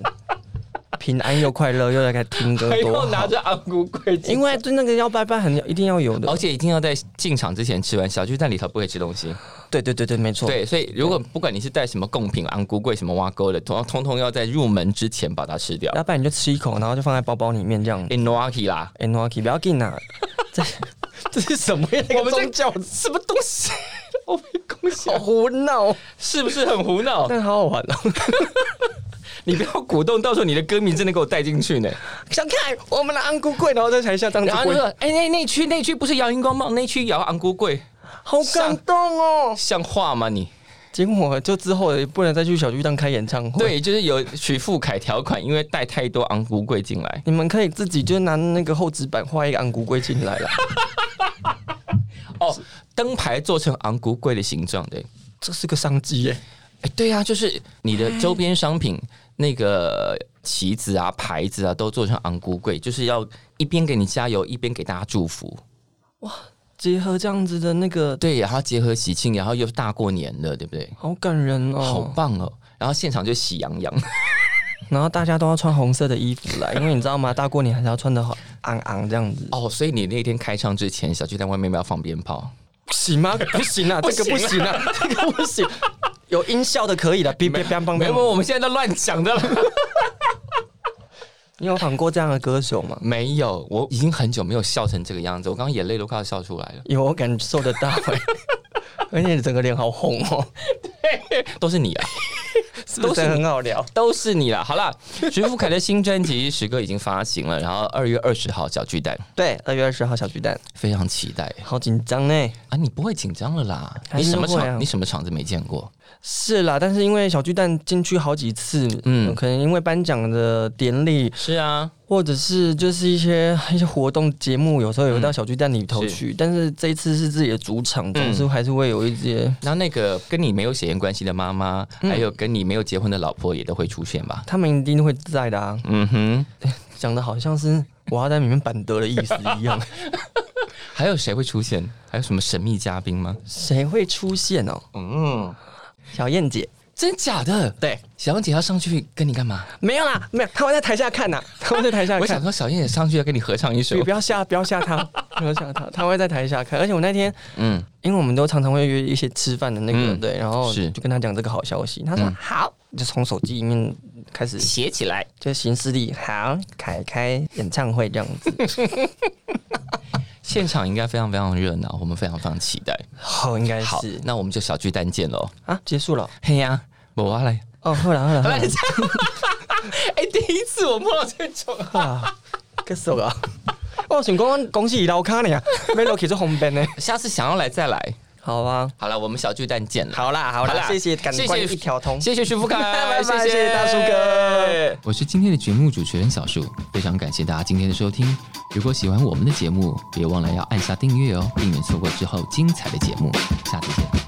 Speaker 2: 平安又快乐，又来开始听歌，多好！
Speaker 3: 着昂古贵
Speaker 2: 因为就那个要拜拜很一定要有的
Speaker 3: 而，且一定要在进场之前吃完，小巨蛋里头不可以吃东西。
Speaker 2: 对对对对，没错，
Speaker 3: 对，所以如果不管你是带什么贡品、昂古贵什么挖沟的，通通通要在入门之前把它吃掉。
Speaker 2: 要不然你就吃一口，然后就放在包包里面这样。
Speaker 3: i n o a k i 啦，
Speaker 2: 哎、诺 k 不要紧啊，这这是什么样的一个宗教？
Speaker 3: 什么东西？我们恭喜
Speaker 2: 好胡闹，
Speaker 3: 是不是很胡闹？
Speaker 2: 但好好玩哦！
Speaker 3: 你不要鼓动，到时候你的歌迷真的给我带 进去呢。
Speaker 2: 想看我们的安菇贵，然后在台下这样
Speaker 3: 然
Speaker 2: 子
Speaker 3: 后
Speaker 2: 跪
Speaker 3: 就说，哎、那那区那区不是摇荧光棒，那区摇昂古贵，
Speaker 2: 好感动哦。
Speaker 3: 像话吗你？
Speaker 2: 结果就之后也不能再去小巨蛋开演唱会。，
Speaker 3: 对，就是有许富凯条款，因为带太多昂古贵进来。
Speaker 2: 你们可以自己就拿那个厚纸板画一个安菇贵进来 了，
Speaker 3: 哦，灯牌做成昂古贵的形状的。
Speaker 2: 这是个商机耶。
Speaker 3: 哎，对啊，就是你的周边商品那个旗子啊、牌子啊，都做成昂古贵，就是要一边给你加油，一边给大家祝福。
Speaker 2: 结合这样子的那个，
Speaker 3: 对，然后结合喜庆，然后又大过年了，对不对？
Speaker 2: 好感人
Speaker 3: 好
Speaker 2: 哦。
Speaker 3: 棒哦！然后现场就喜洋洋，
Speaker 2: 然后大家都要穿红色的衣服 来，因为你知道吗？大过年还是要穿的好昂昂这样子。
Speaker 3: 哦，所以你那天开唱之前，小巨蛋外面要放鞭炮，
Speaker 2: 不行吗？ 不行啊，这个不行啊，这个不行。有音效的可以的，哔哔哔
Speaker 3: 没
Speaker 2: 哔
Speaker 3: 有，没
Speaker 2: 哔。
Speaker 3: 有我们现在都乱讲的了。
Speaker 2: 你有喊过这样的歌手吗？
Speaker 3: 没有，我已经很久没有笑成这个样子，我刚刚眼泪都快要笑出来了，
Speaker 2: 有，我感受得到、欸。 而且你整个脸好红哦，
Speaker 3: 都是你啊，
Speaker 2: 是不是很好聊？
Speaker 3: 都是你啦。好啦，徐富凯的新专辑《时歌》已经发行了，然后二月二十号小巨蛋，
Speaker 2: 对，二月二十号小巨蛋，
Speaker 3: 非常期待
Speaker 2: 好紧张哎。
Speaker 3: 啊！你不会紧张了啦？
Speaker 2: 还
Speaker 3: 你
Speaker 2: 是
Speaker 3: 什么
Speaker 2: 会啊
Speaker 3: 场？你什么场子没见过？
Speaker 2: 是啦，但是因为小巨蛋进去好几次，
Speaker 3: 嗯
Speaker 2: 嗯，可能因为颁奖的典礼，
Speaker 3: 是啊，
Speaker 2: 或者是就是一些 一些活动节目，有时候也会到小巨蛋里头
Speaker 3: 是嗯
Speaker 2: 去。但是这一次是自己的主场，总是还是会有一些。
Speaker 3: 那那个跟你没有血缘关系的妈妈，
Speaker 2: 嗯
Speaker 3: 还有跟你没有结婚的老婆也都会出现吧？
Speaker 2: 他们一定会在的啊，
Speaker 3: 嗯哼，
Speaker 2: 讲的好像是我要在里面板德的意思一 样。
Speaker 3: 还有谁会出现？还有什么神秘嘉宾吗？
Speaker 2: 谁会出现哦？
Speaker 3: 嗯，
Speaker 2: 小燕姐
Speaker 3: 真假的？对，小王姐要上去跟你干嘛？
Speaker 2: 没有啦，没有，他们在台下看呐、他们在台 下
Speaker 3: 我想
Speaker 2: 看。
Speaker 3: 说，小燕姐上去要跟你合唱一首
Speaker 2: 不。不要吓，不要吓 他，不要吓他，他会在台下看。而且我那天，
Speaker 3: 嗯，
Speaker 2: 因为我们都常常会约一些吃饭的那个，
Speaker 3: 嗯
Speaker 2: 对，然后
Speaker 3: 是
Speaker 2: 就跟他讲这个好消息，他说、
Speaker 3: 嗯
Speaker 2: 好，就从手机里面开始，
Speaker 3: 写起来。
Speaker 2: 就行事历，好，凯开演唱会这样子，
Speaker 3: 现场应该非常非常热闹，我们非常非常期待。
Speaker 2: 哦好，应该
Speaker 3: 好
Speaker 2: 是，
Speaker 3: 那我们就小巨蛋见喽。
Speaker 2: 啊，结束了，
Speaker 3: 嘿呀、我要来，
Speaker 2: 哦，好啦好啦
Speaker 3: 好
Speaker 2: 好
Speaker 3: 来
Speaker 2: 啦
Speaker 3: 你这样。哎、第一次我碰到这种，
Speaker 2: 好啦，结束啊！我想讲，阮公司楼骹呢，要落去做方便呢。
Speaker 3: 下次想要来再来。
Speaker 2: 好啊，
Speaker 3: 好了，我们小巨蛋见了。
Speaker 2: 好啦好啦，谢谢，感官一条通。
Speaker 3: 谢谢徐 福 凯
Speaker 2: 拜，拜
Speaker 3: 谢
Speaker 2: 谢谢大叔哥。
Speaker 3: 我是今天的节目主持人小树，非常感谢大家今天的收听。如果喜欢我们的节目，别忘了要按下订阅哦，避免错过之后精彩的节目。下次见。